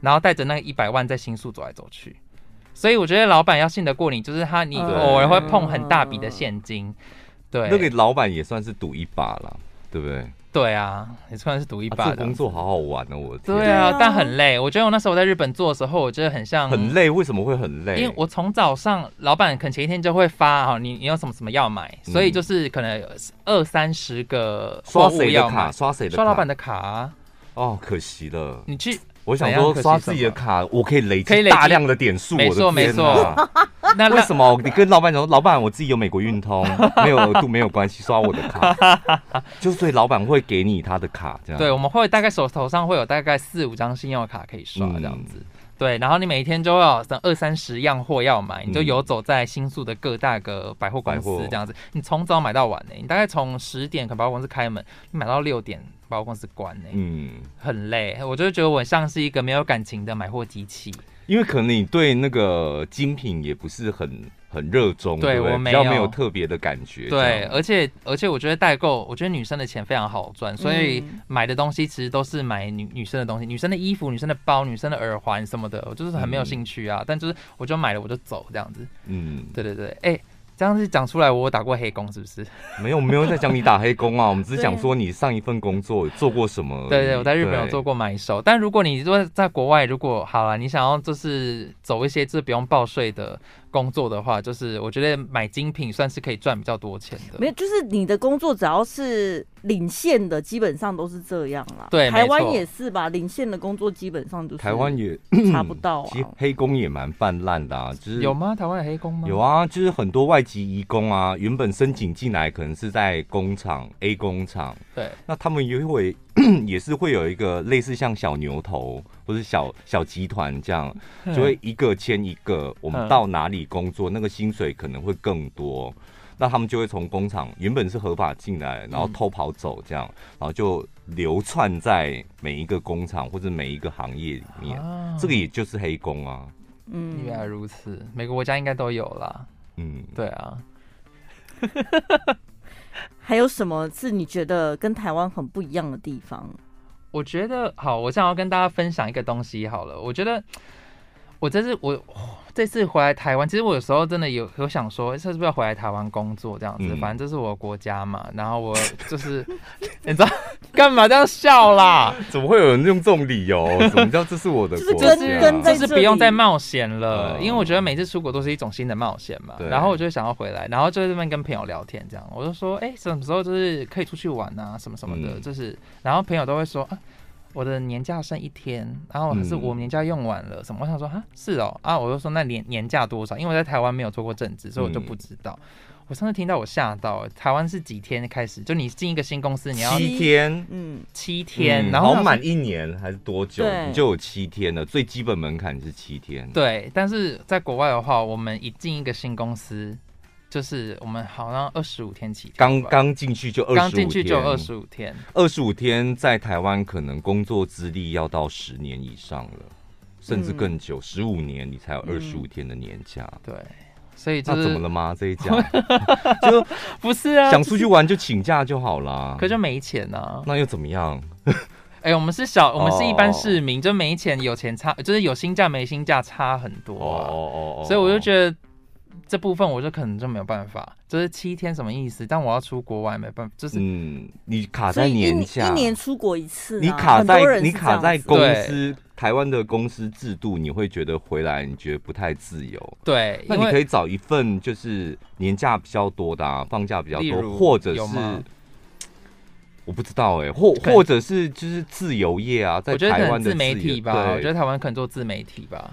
[SPEAKER 2] 然后带着那一百万在新宿走来走去。所以我觉得老板要信得过你，就是他你
[SPEAKER 1] 对
[SPEAKER 2] 偶尔会碰很大笔的现金。对，
[SPEAKER 3] 那个老板也算是赌一把了，对不对？啊
[SPEAKER 2] 对啊，你算是赌一把
[SPEAKER 3] 这个
[SPEAKER 2] 的。
[SPEAKER 3] 工作好好玩哦，我的天
[SPEAKER 2] 对
[SPEAKER 1] 对啊
[SPEAKER 2] 啊，但很累。我觉得我那时候在日本做的时候，我觉得很像
[SPEAKER 3] 很累，为什么会很累？
[SPEAKER 2] 嗯因为我从早上，老板可能前一天就会发哈，你你有什么什么要买，所以就是可能有二三十个货
[SPEAKER 3] 嗯刷
[SPEAKER 2] 物
[SPEAKER 3] 谁的
[SPEAKER 2] 要
[SPEAKER 3] 卡？
[SPEAKER 2] 买，
[SPEAKER 3] 刷谁的卡？
[SPEAKER 2] 刷老板的卡啊，
[SPEAKER 3] 哦，可惜了。
[SPEAKER 2] 你去
[SPEAKER 3] 我想
[SPEAKER 2] 怎样
[SPEAKER 3] 说
[SPEAKER 2] 可惜
[SPEAKER 3] 刷自己的
[SPEAKER 2] 什么
[SPEAKER 3] 卡，我可以累
[SPEAKER 2] 可以
[SPEAKER 3] 积
[SPEAKER 2] 累积
[SPEAKER 3] 大量的点数。
[SPEAKER 2] 没
[SPEAKER 3] 我的
[SPEAKER 2] 错没
[SPEAKER 3] 天哪
[SPEAKER 2] 那
[SPEAKER 3] 为
[SPEAKER 2] 那
[SPEAKER 3] 什么你跟老板说，老板我自己有美国 运通，没有额度没有关系，刷我的卡，就所以老板会给你他的卡这样。
[SPEAKER 2] 对，我们会大概手头上会有大概四五张信用卡可以刷
[SPEAKER 3] 嗯
[SPEAKER 2] 这样子。对，然后你每一天就要有二三十样货要买，你就
[SPEAKER 3] 嗯
[SPEAKER 2] 游走在新宿的各大个百货公
[SPEAKER 3] 百货
[SPEAKER 2] 司这样子，你从早买到晚呢、你大概从十点可能百货公司开门，你买到六点百货公司关呢、
[SPEAKER 3] 嗯，
[SPEAKER 2] 很累。我就觉得我像是一个没有感情的买货机器。
[SPEAKER 3] 因为可能你对那个精品也不是很很热衷，
[SPEAKER 2] 对
[SPEAKER 3] 对不对
[SPEAKER 2] 我没
[SPEAKER 3] 比较没
[SPEAKER 2] 有
[SPEAKER 3] 有特别的感觉。
[SPEAKER 2] 对，呃而
[SPEAKER 3] 而
[SPEAKER 2] 且而且我觉得代购，我觉得女生的钱非常好赚，所以买的东西其实都是买女女生的东西，女生的衣服、女生的包、女生的耳环什么的，我就是很没有兴趣啊。但就是我就买了我就走这样子。
[SPEAKER 3] 嗯，
[SPEAKER 2] 对对对，哎、这样子讲出来，我有打过黑工是不是？
[SPEAKER 3] 没有没有在讲你打黑工啊，我们只是讲说你上一份 工作做过什么而已。
[SPEAKER 2] 对对，我在日本有做过
[SPEAKER 3] 过。
[SPEAKER 2] 买手，但如果你说在国外，如果好了，你想要就是走一些就是不用报税的工作的话，就是我觉得买精品算是可以赚比较多钱的。
[SPEAKER 1] 没有，就是你的工作只要是领线的，基本上都是这样啦。
[SPEAKER 2] 对
[SPEAKER 1] 台湾
[SPEAKER 2] 没错
[SPEAKER 1] 也是吧，领线的工作基本上就是
[SPEAKER 3] 台湾也
[SPEAKER 1] 查不到啊。
[SPEAKER 3] 其实黑工也蛮泛滥的啊，就是
[SPEAKER 2] 有吗？台湾有黑工吗？
[SPEAKER 3] 有啊，就是很多外籍移工啊，原本申请进来可能是在工厂 A 工厂，
[SPEAKER 2] 对，
[SPEAKER 3] 那他们也会 也是会有一个类似像小牛头或是小小集团这样，就会一个签一个，我们
[SPEAKER 2] 嗯
[SPEAKER 3] 到哪里工作，那个薪水可能会更多。那他们就会从工厂原本是合法进来，然后偷跑走这样，然后就流窜在每一个工厂或者每一个行业里 面，
[SPEAKER 2] 啊
[SPEAKER 3] 这个也就是黑工啊。
[SPEAKER 1] 嗯
[SPEAKER 2] 原来如此，每个国家应该都有啦。
[SPEAKER 3] 嗯，
[SPEAKER 2] 对啊，
[SPEAKER 1] 还有什么是你觉得跟台湾很不一样的地方？
[SPEAKER 2] 我觉得好，我想要跟大家分享一个东西好了。我觉得我这次我哦这次回来台湾，其实我有时候真的有有想说，是不是要回来台湾工作这样子？
[SPEAKER 3] 嗯
[SPEAKER 2] 反正这是我的国家嘛，然后我就是 你知道，干嘛这样笑啦？
[SPEAKER 3] 怎么会有人用这种理 由？怎么叫这是我的
[SPEAKER 1] 就是
[SPEAKER 3] 国
[SPEAKER 1] 跟
[SPEAKER 3] 家？
[SPEAKER 1] 跟在
[SPEAKER 2] 就是
[SPEAKER 1] 这
[SPEAKER 2] 不用
[SPEAKER 1] 里
[SPEAKER 2] 再冒险了，
[SPEAKER 3] 哦
[SPEAKER 2] 因为我觉得每次出国都是一种新的冒险嘛。
[SPEAKER 3] 对
[SPEAKER 2] 然后我就会想要回来，然后就在这边跟朋友聊天，这样我就说，哎、什么时候就是可以出去玩啊，什么什么的，
[SPEAKER 3] 嗯
[SPEAKER 2] 就是，然后朋友都会说，啊，我的年假剩一天，然后还是
[SPEAKER 3] 嗯
[SPEAKER 2] 我年假用完了，什么？我想说，啊，是哦，啊，我就说那年年假多少？因为我在台湾没有做过正职，所以我就不知道。
[SPEAKER 3] 嗯
[SPEAKER 2] 我上次听到我吓到，台湾是几天开始？就你进一个新公司，你要
[SPEAKER 3] 七天，
[SPEAKER 1] 嗯，
[SPEAKER 2] 七天，
[SPEAKER 3] 嗯
[SPEAKER 2] 然后我想
[SPEAKER 3] 好
[SPEAKER 2] 说
[SPEAKER 3] 满一年还是多久？
[SPEAKER 1] 对
[SPEAKER 3] 你就有七天了，最基本门槛是七天。，
[SPEAKER 2] 对，但是在国外的话，我们一进一个新公司，就是我们好像二十五天起跳
[SPEAKER 3] 刚
[SPEAKER 2] 吧
[SPEAKER 3] 刚进去就二十五
[SPEAKER 2] 刚进去就二十五天，
[SPEAKER 3] 二十五天在台湾可能工作资历要到十年以上了，甚至更
[SPEAKER 2] 嗯
[SPEAKER 3] 久，十五、年你才有二十五天的年假。
[SPEAKER 2] 对，所以就
[SPEAKER 3] 那
[SPEAKER 2] 是
[SPEAKER 3] 怎么了吗？这一家就
[SPEAKER 2] 不是啊，
[SPEAKER 3] 想出去玩就请假就好啦。
[SPEAKER 2] 可就没钱啊。
[SPEAKER 3] 那又怎么样？
[SPEAKER 2] 哎、我们是小，我们是一般
[SPEAKER 3] 哦
[SPEAKER 2] 市民，就没钱有钱差，就是有薪假没薪假差很多、啊。
[SPEAKER 3] 哦
[SPEAKER 2] 所以我就觉得这部分我就可能就没有办法，就是七天什么意思？但我要出国玩没办法，就是
[SPEAKER 3] 嗯，你卡
[SPEAKER 1] 所
[SPEAKER 3] 在
[SPEAKER 1] 以一
[SPEAKER 3] 年
[SPEAKER 1] 年
[SPEAKER 3] 假，
[SPEAKER 1] 一年出国一次啊，
[SPEAKER 3] 你卡
[SPEAKER 1] 很多
[SPEAKER 3] 在
[SPEAKER 1] 人
[SPEAKER 3] 你
[SPEAKER 1] 是这
[SPEAKER 3] 卡
[SPEAKER 1] 样
[SPEAKER 3] 在
[SPEAKER 1] 子
[SPEAKER 3] 公
[SPEAKER 2] 对
[SPEAKER 3] 司台湾的公司制度，你会觉得回来你觉得不太自由。
[SPEAKER 2] 对，
[SPEAKER 3] 那
[SPEAKER 2] 因
[SPEAKER 3] 你可
[SPEAKER 2] 为
[SPEAKER 3] 以找一份就是年假比较多的、啊，放假比较
[SPEAKER 2] 例
[SPEAKER 3] 多，
[SPEAKER 2] 如
[SPEAKER 3] 或者
[SPEAKER 2] 有
[SPEAKER 3] 是
[SPEAKER 2] 吗
[SPEAKER 3] 我不知道哎、或
[SPEAKER 2] 可能
[SPEAKER 3] 或者是就是自由业啊，在
[SPEAKER 2] 我觉得可
[SPEAKER 3] 台
[SPEAKER 2] 能
[SPEAKER 3] 湾的
[SPEAKER 2] 自媒
[SPEAKER 3] 自由
[SPEAKER 2] 体吧，我觉
[SPEAKER 3] 对
[SPEAKER 2] 得台湾可能做自媒体吧。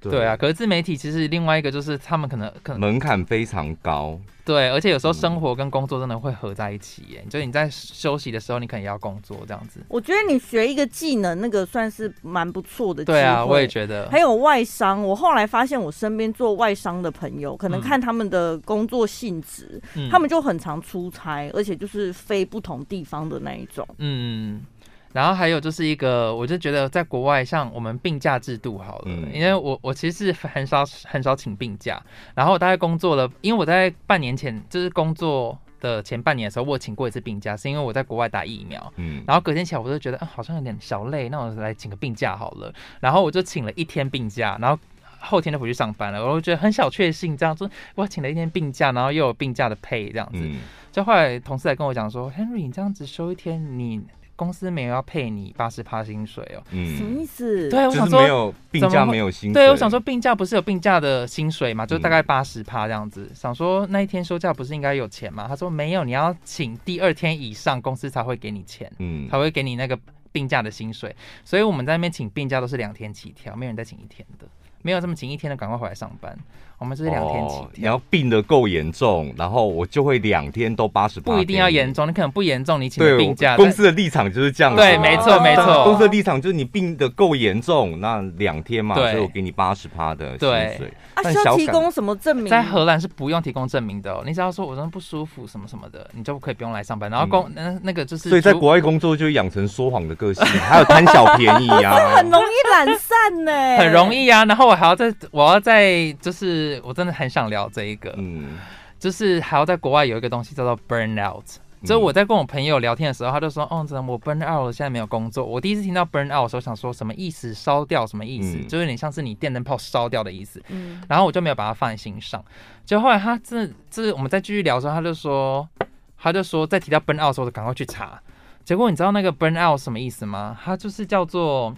[SPEAKER 2] 对啊，，可是自媒体其实另外一个就是他们可能可能
[SPEAKER 3] 门槛非常高。
[SPEAKER 2] 对，而且有时候生活跟工作真的会合在一起耶。就是你在休息的时候，你可能也要工作这样子。
[SPEAKER 1] 我觉得你学一个技能，那个算是蛮不错的。
[SPEAKER 2] 对啊，我也觉
[SPEAKER 1] 得
[SPEAKER 2] 得
[SPEAKER 1] 还有外商，我后来发现我身边做外商的朋友，可能
[SPEAKER 2] 嗯
[SPEAKER 1] 看他们的工作性质，
[SPEAKER 2] 嗯
[SPEAKER 1] 他们就很常出差，而且就是飞不同地方的那一种。
[SPEAKER 2] 嗯。然后还有就是一个，我就觉得在国外，像我们病假制度好了，
[SPEAKER 3] 嗯
[SPEAKER 2] 因为我我其实是很少很少请病假，然后我大概工作了，因为我在半年前就是工作的前半年的时候，我有请过一次病假，是因为我在国外打疫苗，
[SPEAKER 3] 嗯，
[SPEAKER 2] 然后隔天起来，我就觉得，嗯，好像有点小累，那我来请个病假好了。然后我就请了一天病假，然后后天就回去上班了。我就觉得很小确幸，这样说，我请了一天病假，然后又有病假的配这样子。
[SPEAKER 3] 嗯，
[SPEAKER 2] 就后来同事来跟我讲说，Henry，你这样子休一天，你公司没有要配你八十趴薪水哦。
[SPEAKER 1] 什么
[SPEAKER 3] 嗯，
[SPEAKER 1] 意思？
[SPEAKER 2] 对，我
[SPEAKER 3] 就
[SPEAKER 2] 想
[SPEAKER 3] 是没
[SPEAKER 2] 说。
[SPEAKER 3] 有病假，没有薪水。嗯
[SPEAKER 2] 对，我想说病假不是有病假的薪水嘛，就大概八十趴这样子。想说那一天休假不是应该有钱吗？他说没有，你要请第二天以上，公司才会给你钱。
[SPEAKER 3] 嗯，
[SPEAKER 2] 才会给你那个病假的薪水。所以我们在那边请病假都是两天起跳，没有人再请一天的，没有这么请一天的赶快回来上班。我们就是两天起
[SPEAKER 3] 哦你
[SPEAKER 2] 跳，
[SPEAKER 3] 要病得够严重，然后我就会两天都八十八。
[SPEAKER 2] 不一定要严重，你可能不严重，你请
[SPEAKER 3] 对，
[SPEAKER 2] 了
[SPEAKER 3] 我
[SPEAKER 2] 病假，
[SPEAKER 3] 公司的立场就是这样子嘛。
[SPEAKER 2] 对，没错
[SPEAKER 1] 哦
[SPEAKER 2] 没
[SPEAKER 3] 公
[SPEAKER 2] 错，
[SPEAKER 3] 司的立场就是你病得够严重，那两天嘛，
[SPEAKER 2] 对
[SPEAKER 3] 所以我给你八十趴的薪
[SPEAKER 2] 对
[SPEAKER 3] 水。
[SPEAKER 1] 啊，
[SPEAKER 3] 但
[SPEAKER 1] 需要
[SPEAKER 3] 小
[SPEAKER 1] 提
[SPEAKER 3] 感
[SPEAKER 1] 供什么证明？
[SPEAKER 2] 在荷兰是不用提供证明的、哦，你只要说我真的不舒服什么什么的，你就可以不用来上班。然后公、那那个就是，
[SPEAKER 3] 嗯所以在国外工作就养成说谎的个性，还有贪小便宜啊 呀、
[SPEAKER 1] 很容易懒散呢、
[SPEAKER 2] 很容。易啊。然后我还要在，我要在，就是我真的很想聊这一个，
[SPEAKER 3] 嗯，
[SPEAKER 2] 就是还要在国外有一个东西叫做 burnout。就是我在跟我朋友聊天的时候，他就说：“哦，怎么我 burn out 了，现在没有工作。”我第一次听到 burn out 的时候，想说什么意思？烧掉什么意思？
[SPEAKER 3] 嗯
[SPEAKER 2] 就有点像是你电灯泡烧掉的意思。
[SPEAKER 1] 嗯，
[SPEAKER 2] 然后我就没有把它放在心上。就后来他这这我们再继续聊的时候，他就说，他就说在提到 burn out 的时候，我就赶快去查。结果你知道那个 burn out 什么意思吗？它就是叫做，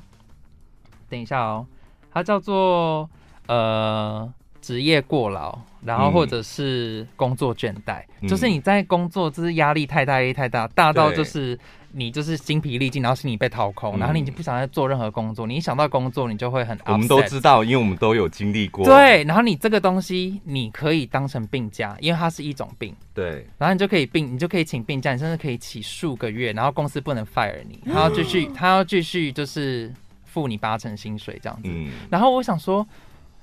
[SPEAKER 2] 等一下哦，它叫做呃职业过劳，然后
[SPEAKER 3] 嗯
[SPEAKER 2] 或者是工作倦怠，
[SPEAKER 3] 嗯
[SPEAKER 2] 就是你在工作就是压力太大，压力太大，大到
[SPEAKER 3] 对
[SPEAKER 2] 就是你就是精疲力尽，然后心里被掏空，
[SPEAKER 3] 嗯
[SPEAKER 2] 然后你就不想再做任何工作，你一想到工作你就会很 upset,
[SPEAKER 3] 我们都知道，因为我们都有经历过。
[SPEAKER 2] 对，然后你这个东西你可以当成病假，因为它是一种病，
[SPEAKER 3] 对，
[SPEAKER 2] 然后你就可以病，你就可以请病假，你甚至可以请数个月，然后公司不能 fire 你，
[SPEAKER 3] 嗯
[SPEAKER 2] 他要继续，他要继续就是付你八成薪水这样子。
[SPEAKER 3] 嗯，
[SPEAKER 2] 然后我想说，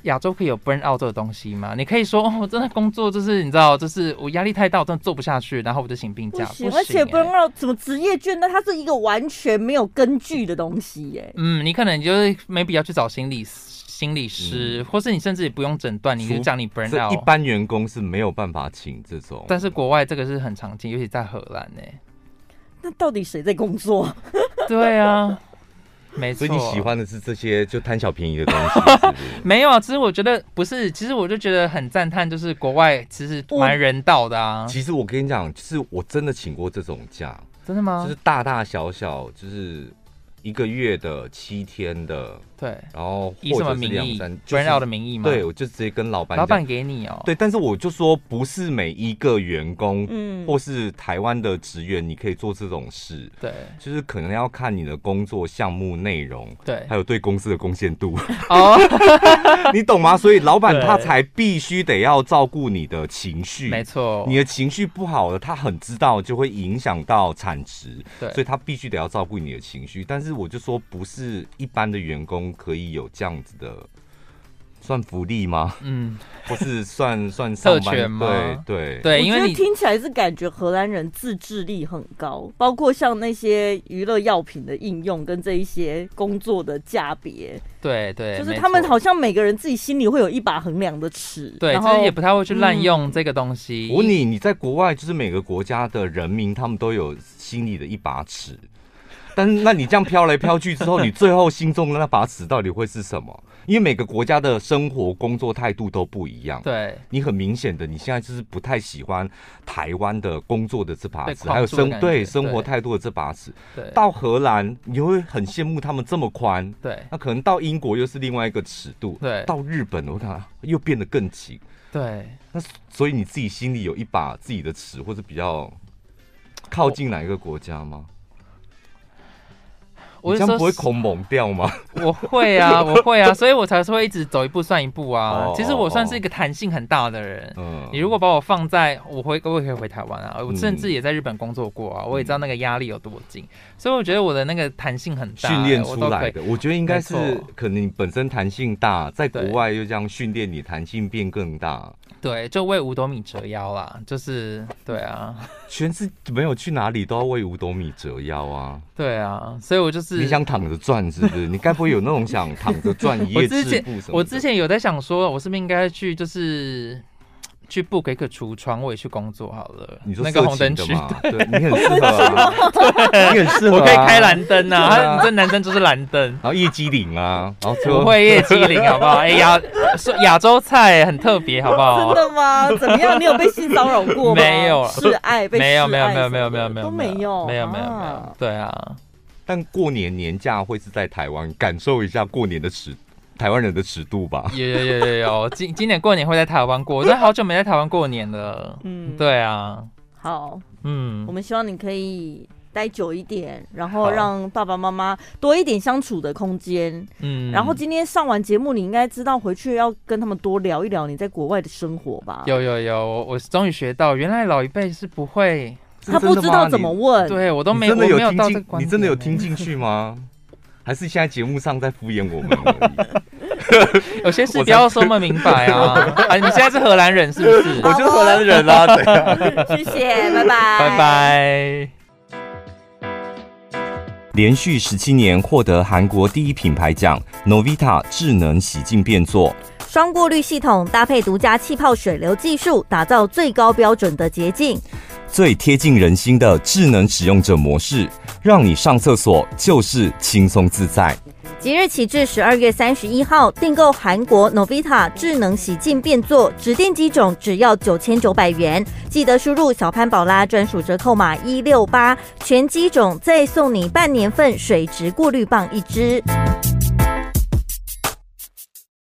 [SPEAKER 2] 亚洲可以有 burn out 这个东西吗？你可以说哦，我真的工作就是你知道，就是我压力太大，我真的做不下去，然后我就请病
[SPEAKER 1] 不
[SPEAKER 2] 假，
[SPEAKER 1] 行，
[SPEAKER 2] 不
[SPEAKER 1] 而且
[SPEAKER 2] 欸
[SPEAKER 1] burnout 什么职业倦怠，它是一个完全没有根据的东西耶、
[SPEAKER 2] 嗯，你可能就是 maybe 要去找心理心理师，或是你甚至也不用诊断，你就
[SPEAKER 3] 嗯除
[SPEAKER 2] 讲你 burn
[SPEAKER 3] 这
[SPEAKER 2] out
[SPEAKER 3] 一。般员工是没有办法请这种。
[SPEAKER 2] 但是国外这个是很常见，尤其在荷兰呢、
[SPEAKER 1] 那到底谁在工作？
[SPEAKER 2] 对啊， 没错。
[SPEAKER 3] 所以你喜？欢的是这些就贪小便宜的东西，是不是
[SPEAKER 2] 没有啊，其实我觉得不是，其实我就觉得很赞叹，就是国外其实蛮人道的啊。
[SPEAKER 3] 其实我跟你讲，就是我真的请过这种假，
[SPEAKER 2] 真的吗？
[SPEAKER 3] 就是大大小小，就是一个月的、七天的，
[SPEAKER 2] 对，
[SPEAKER 3] 然后
[SPEAKER 2] 以什
[SPEAKER 3] 或
[SPEAKER 2] 么
[SPEAKER 3] 者是
[SPEAKER 2] 名
[SPEAKER 3] 两
[SPEAKER 2] 义
[SPEAKER 3] 三，就是
[SPEAKER 2] ？Brand out 的名义吗？
[SPEAKER 3] 对，，我就直接跟老板
[SPEAKER 2] 老板
[SPEAKER 3] 讲
[SPEAKER 2] 给你哦。
[SPEAKER 3] 对，但是我就说不是每一个员工
[SPEAKER 1] 嗯
[SPEAKER 3] 或是台湾的职员，你可以做这种事，
[SPEAKER 2] 对
[SPEAKER 3] 就是可能要看你的工作项目内容，
[SPEAKER 2] 对
[SPEAKER 3] 还，有对公司的贡献度，
[SPEAKER 2] 哦，
[SPEAKER 3] 你懂吗？所以老板
[SPEAKER 2] 对
[SPEAKER 3] 他才必须得要照顾你的情绪，
[SPEAKER 2] 没错，
[SPEAKER 3] 你的情绪不好了，他很知道就会影响到产值，
[SPEAKER 2] 对
[SPEAKER 3] 所以他必须得要照顾你的情绪。但是我就说，不是一般的员工可以有这样子的，算福利 吗？
[SPEAKER 2] 嗯，
[SPEAKER 3] 不是 算算上
[SPEAKER 2] 特权
[SPEAKER 3] 班？对
[SPEAKER 2] 吗
[SPEAKER 3] 对
[SPEAKER 2] 对，因
[SPEAKER 1] 我觉
[SPEAKER 2] 为
[SPEAKER 1] 得
[SPEAKER 2] 你
[SPEAKER 1] 听起来是感觉荷兰人自制力很高，包括像那些娱乐药品的应用跟这一些工作的价别，
[SPEAKER 2] 对对，
[SPEAKER 1] 就是
[SPEAKER 2] 没
[SPEAKER 1] 他们
[SPEAKER 2] 错
[SPEAKER 1] 好像每个人自己心里会有一把衡量的尺，
[SPEAKER 2] 对，
[SPEAKER 1] 然
[SPEAKER 2] 其实
[SPEAKER 1] 后
[SPEAKER 2] 也不太会去滥
[SPEAKER 1] 嗯
[SPEAKER 2] 用这个东西。
[SPEAKER 3] 我问你，你在国外就是每个国家的人民，他们都有心里的一把尺，但是那你这样飘来飘去之后，你最后心中的那把尺到底会是什么？因为每个国家的生活、工作态度都不一样。
[SPEAKER 2] 对
[SPEAKER 3] 你很明显的，你现在就是不太喜欢台湾的工作的这把
[SPEAKER 2] 被
[SPEAKER 3] 尺，还
[SPEAKER 2] 框
[SPEAKER 3] 有
[SPEAKER 2] 住的
[SPEAKER 3] 生
[SPEAKER 2] 感
[SPEAKER 3] 对
[SPEAKER 2] 觉
[SPEAKER 3] 生活
[SPEAKER 2] 对
[SPEAKER 3] 态度的这把尺。
[SPEAKER 2] 对
[SPEAKER 3] 到荷兰，你会很羡慕他们这么宽，
[SPEAKER 2] 对
[SPEAKER 3] 那可能到英国又是另外一个尺度。
[SPEAKER 2] 对
[SPEAKER 3] 到日本我看又变得更紧。
[SPEAKER 2] 对，
[SPEAKER 3] 那所以你自己心里有一把自己的尺，或者比较靠近哪一个国家吗？
[SPEAKER 2] 我
[SPEAKER 3] 你这
[SPEAKER 2] 是
[SPEAKER 3] 样不
[SPEAKER 2] 说
[SPEAKER 3] 会恐猛掉吗？
[SPEAKER 2] 我会 啊，我会啊，所以我才说一直走一步算一步啊
[SPEAKER 3] 哦。
[SPEAKER 2] 其实我算是一个弹性很大的人。
[SPEAKER 3] 嗯，
[SPEAKER 2] 你如果把我放在，我回我也可以回台湾啊，我
[SPEAKER 3] 嗯
[SPEAKER 2] 甚至也在日本工作过啊，我也知道那个压力有多紧，所以我觉得我的那个弹性很大、
[SPEAKER 3] 训练
[SPEAKER 2] 我
[SPEAKER 3] 出
[SPEAKER 2] 都可
[SPEAKER 3] 来
[SPEAKER 2] 以。
[SPEAKER 3] 的，我觉得应该是
[SPEAKER 2] 没错
[SPEAKER 3] 可能你本身弹性大，在国
[SPEAKER 2] 对
[SPEAKER 3] 外又这样训练你弹性变更大。
[SPEAKER 2] 对，就为五斗米折腰啦，就是对啊，
[SPEAKER 3] 全是没有去哪里都要为五斗米折腰啊！
[SPEAKER 2] 对啊，所以我就是
[SPEAKER 3] 你想躺着赚是不是？你该不会有那种想躺着赚一
[SPEAKER 2] 我
[SPEAKER 3] 夜
[SPEAKER 2] 之
[SPEAKER 3] 致
[SPEAKER 2] 前
[SPEAKER 3] 富什么的
[SPEAKER 2] 我之前有在想说，我是不是应该去就是去 book 一个橱窗，我也去工作好了。
[SPEAKER 3] 你说
[SPEAKER 2] 那个
[SPEAKER 3] 色
[SPEAKER 2] 红灯
[SPEAKER 3] 情
[SPEAKER 2] 区
[SPEAKER 3] 的，嘛，对你很适合啊， 你很适合啊。
[SPEAKER 2] 我可以开蓝灯啊，
[SPEAKER 3] 对啊。
[SPEAKER 2] 他这男生就是蓝灯
[SPEAKER 3] 然后夜机领啊，然后 最
[SPEAKER 2] 不
[SPEAKER 3] 后
[SPEAKER 2] 会夜机灵好不好？哎、亚说亚洲菜很特别好不好
[SPEAKER 1] 真？
[SPEAKER 2] 啊
[SPEAKER 1] 的吗？怎么样？你有被性骚扰过吗？
[SPEAKER 2] 没有啊
[SPEAKER 1] 示爱被
[SPEAKER 2] 没有
[SPEAKER 1] 示
[SPEAKER 2] 没有
[SPEAKER 1] 爱
[SPEAKER 2] 没有没有
[SPEAKER 1] 什么的
[SPEAKER 2] 没有没有
[SPEAKER 1] 都没有
[SPEAKER 2] 没有没有没有
[SPEAKER 1] 啊
[SPEAKER 2] 对啊，
[SPEAKER 3] 但过年年假会是在台湾，感受一下过年的尺，台湾人的尺度吧。
[SPEAKER 2] 有有有有有， 今今年过年会在台湾过，我真的好久没在台湾过年了。
[SPEAKER 1] 嗯，
[SPEAKER 2] 对啊，
[SPEAKER 1] 好，我
[SPEAKER 2] 嗯，
[SPEAKER 1] 们希望你可以待久一点，然
[SPEAKER 2] 好
[SPEAKER 1] 后让爸爸妈妈多一点相处的空间。
[SPEAKER 2] 嗯，
[SPEAKER 1] 然后今天上完节目，你应该知道回去要跟他们多聊一聊你在国外的生活吧？
[SPEAKER 2] 有有有，我我终于学到，原来老一辈是不会，
[SPEAKER 1] 他不知道怎么问，
[SPEAKER 2] 对我都
[SPEAKER 3] 你
[SPEAKER 2] 没
[SPEAKER 3] 真的
[SPEAKER 2] 我没有
[SPEAKER 3] 听
[SPEAKER 2] 到这个
[SPEAKER 3] 进，
[SPEAKER 2] 观
[SPEAKER 3] 你
[SPEAKER 2] 点
[SPEAKER 3] 真的有
[SPEAKER 2] 欸
[SPEAKER 3] 听进去吗？还是现在节目上在敷衍我们而已？
[SPEAKER 2] 有些
[SPEAKER 3] 我
[SPEAKER 2] 事不要说那么明白啊！ 啊，你现在是荷兰人是不是？
[SPEAKER 3] 我就是荷兰人啊，对啊。
[SPEAKER 1] 谢谢，拜拜，
[SPEAKER 2] 拜。拜。
[SPEAKER 8] 连续十七年获得韩国第一品牌奖 Novita 智能洗净便座。
[SPEAKER 4] 双过滤系统搭配独家气泡水流技术，打造最高标准的洁净。
[SPEAKER 8] 最贴近人心的智能使用者模式，让你上厕所就是轻松自在。
[SPEAKER 4] 即日起至十二月三十一号，订购韩国 Novita 智能洗净便座指定机种，只要九千九百元。记得输入小潘宝拉专属折扣码一六八，全机种再送你半年份水质过滤棒一支。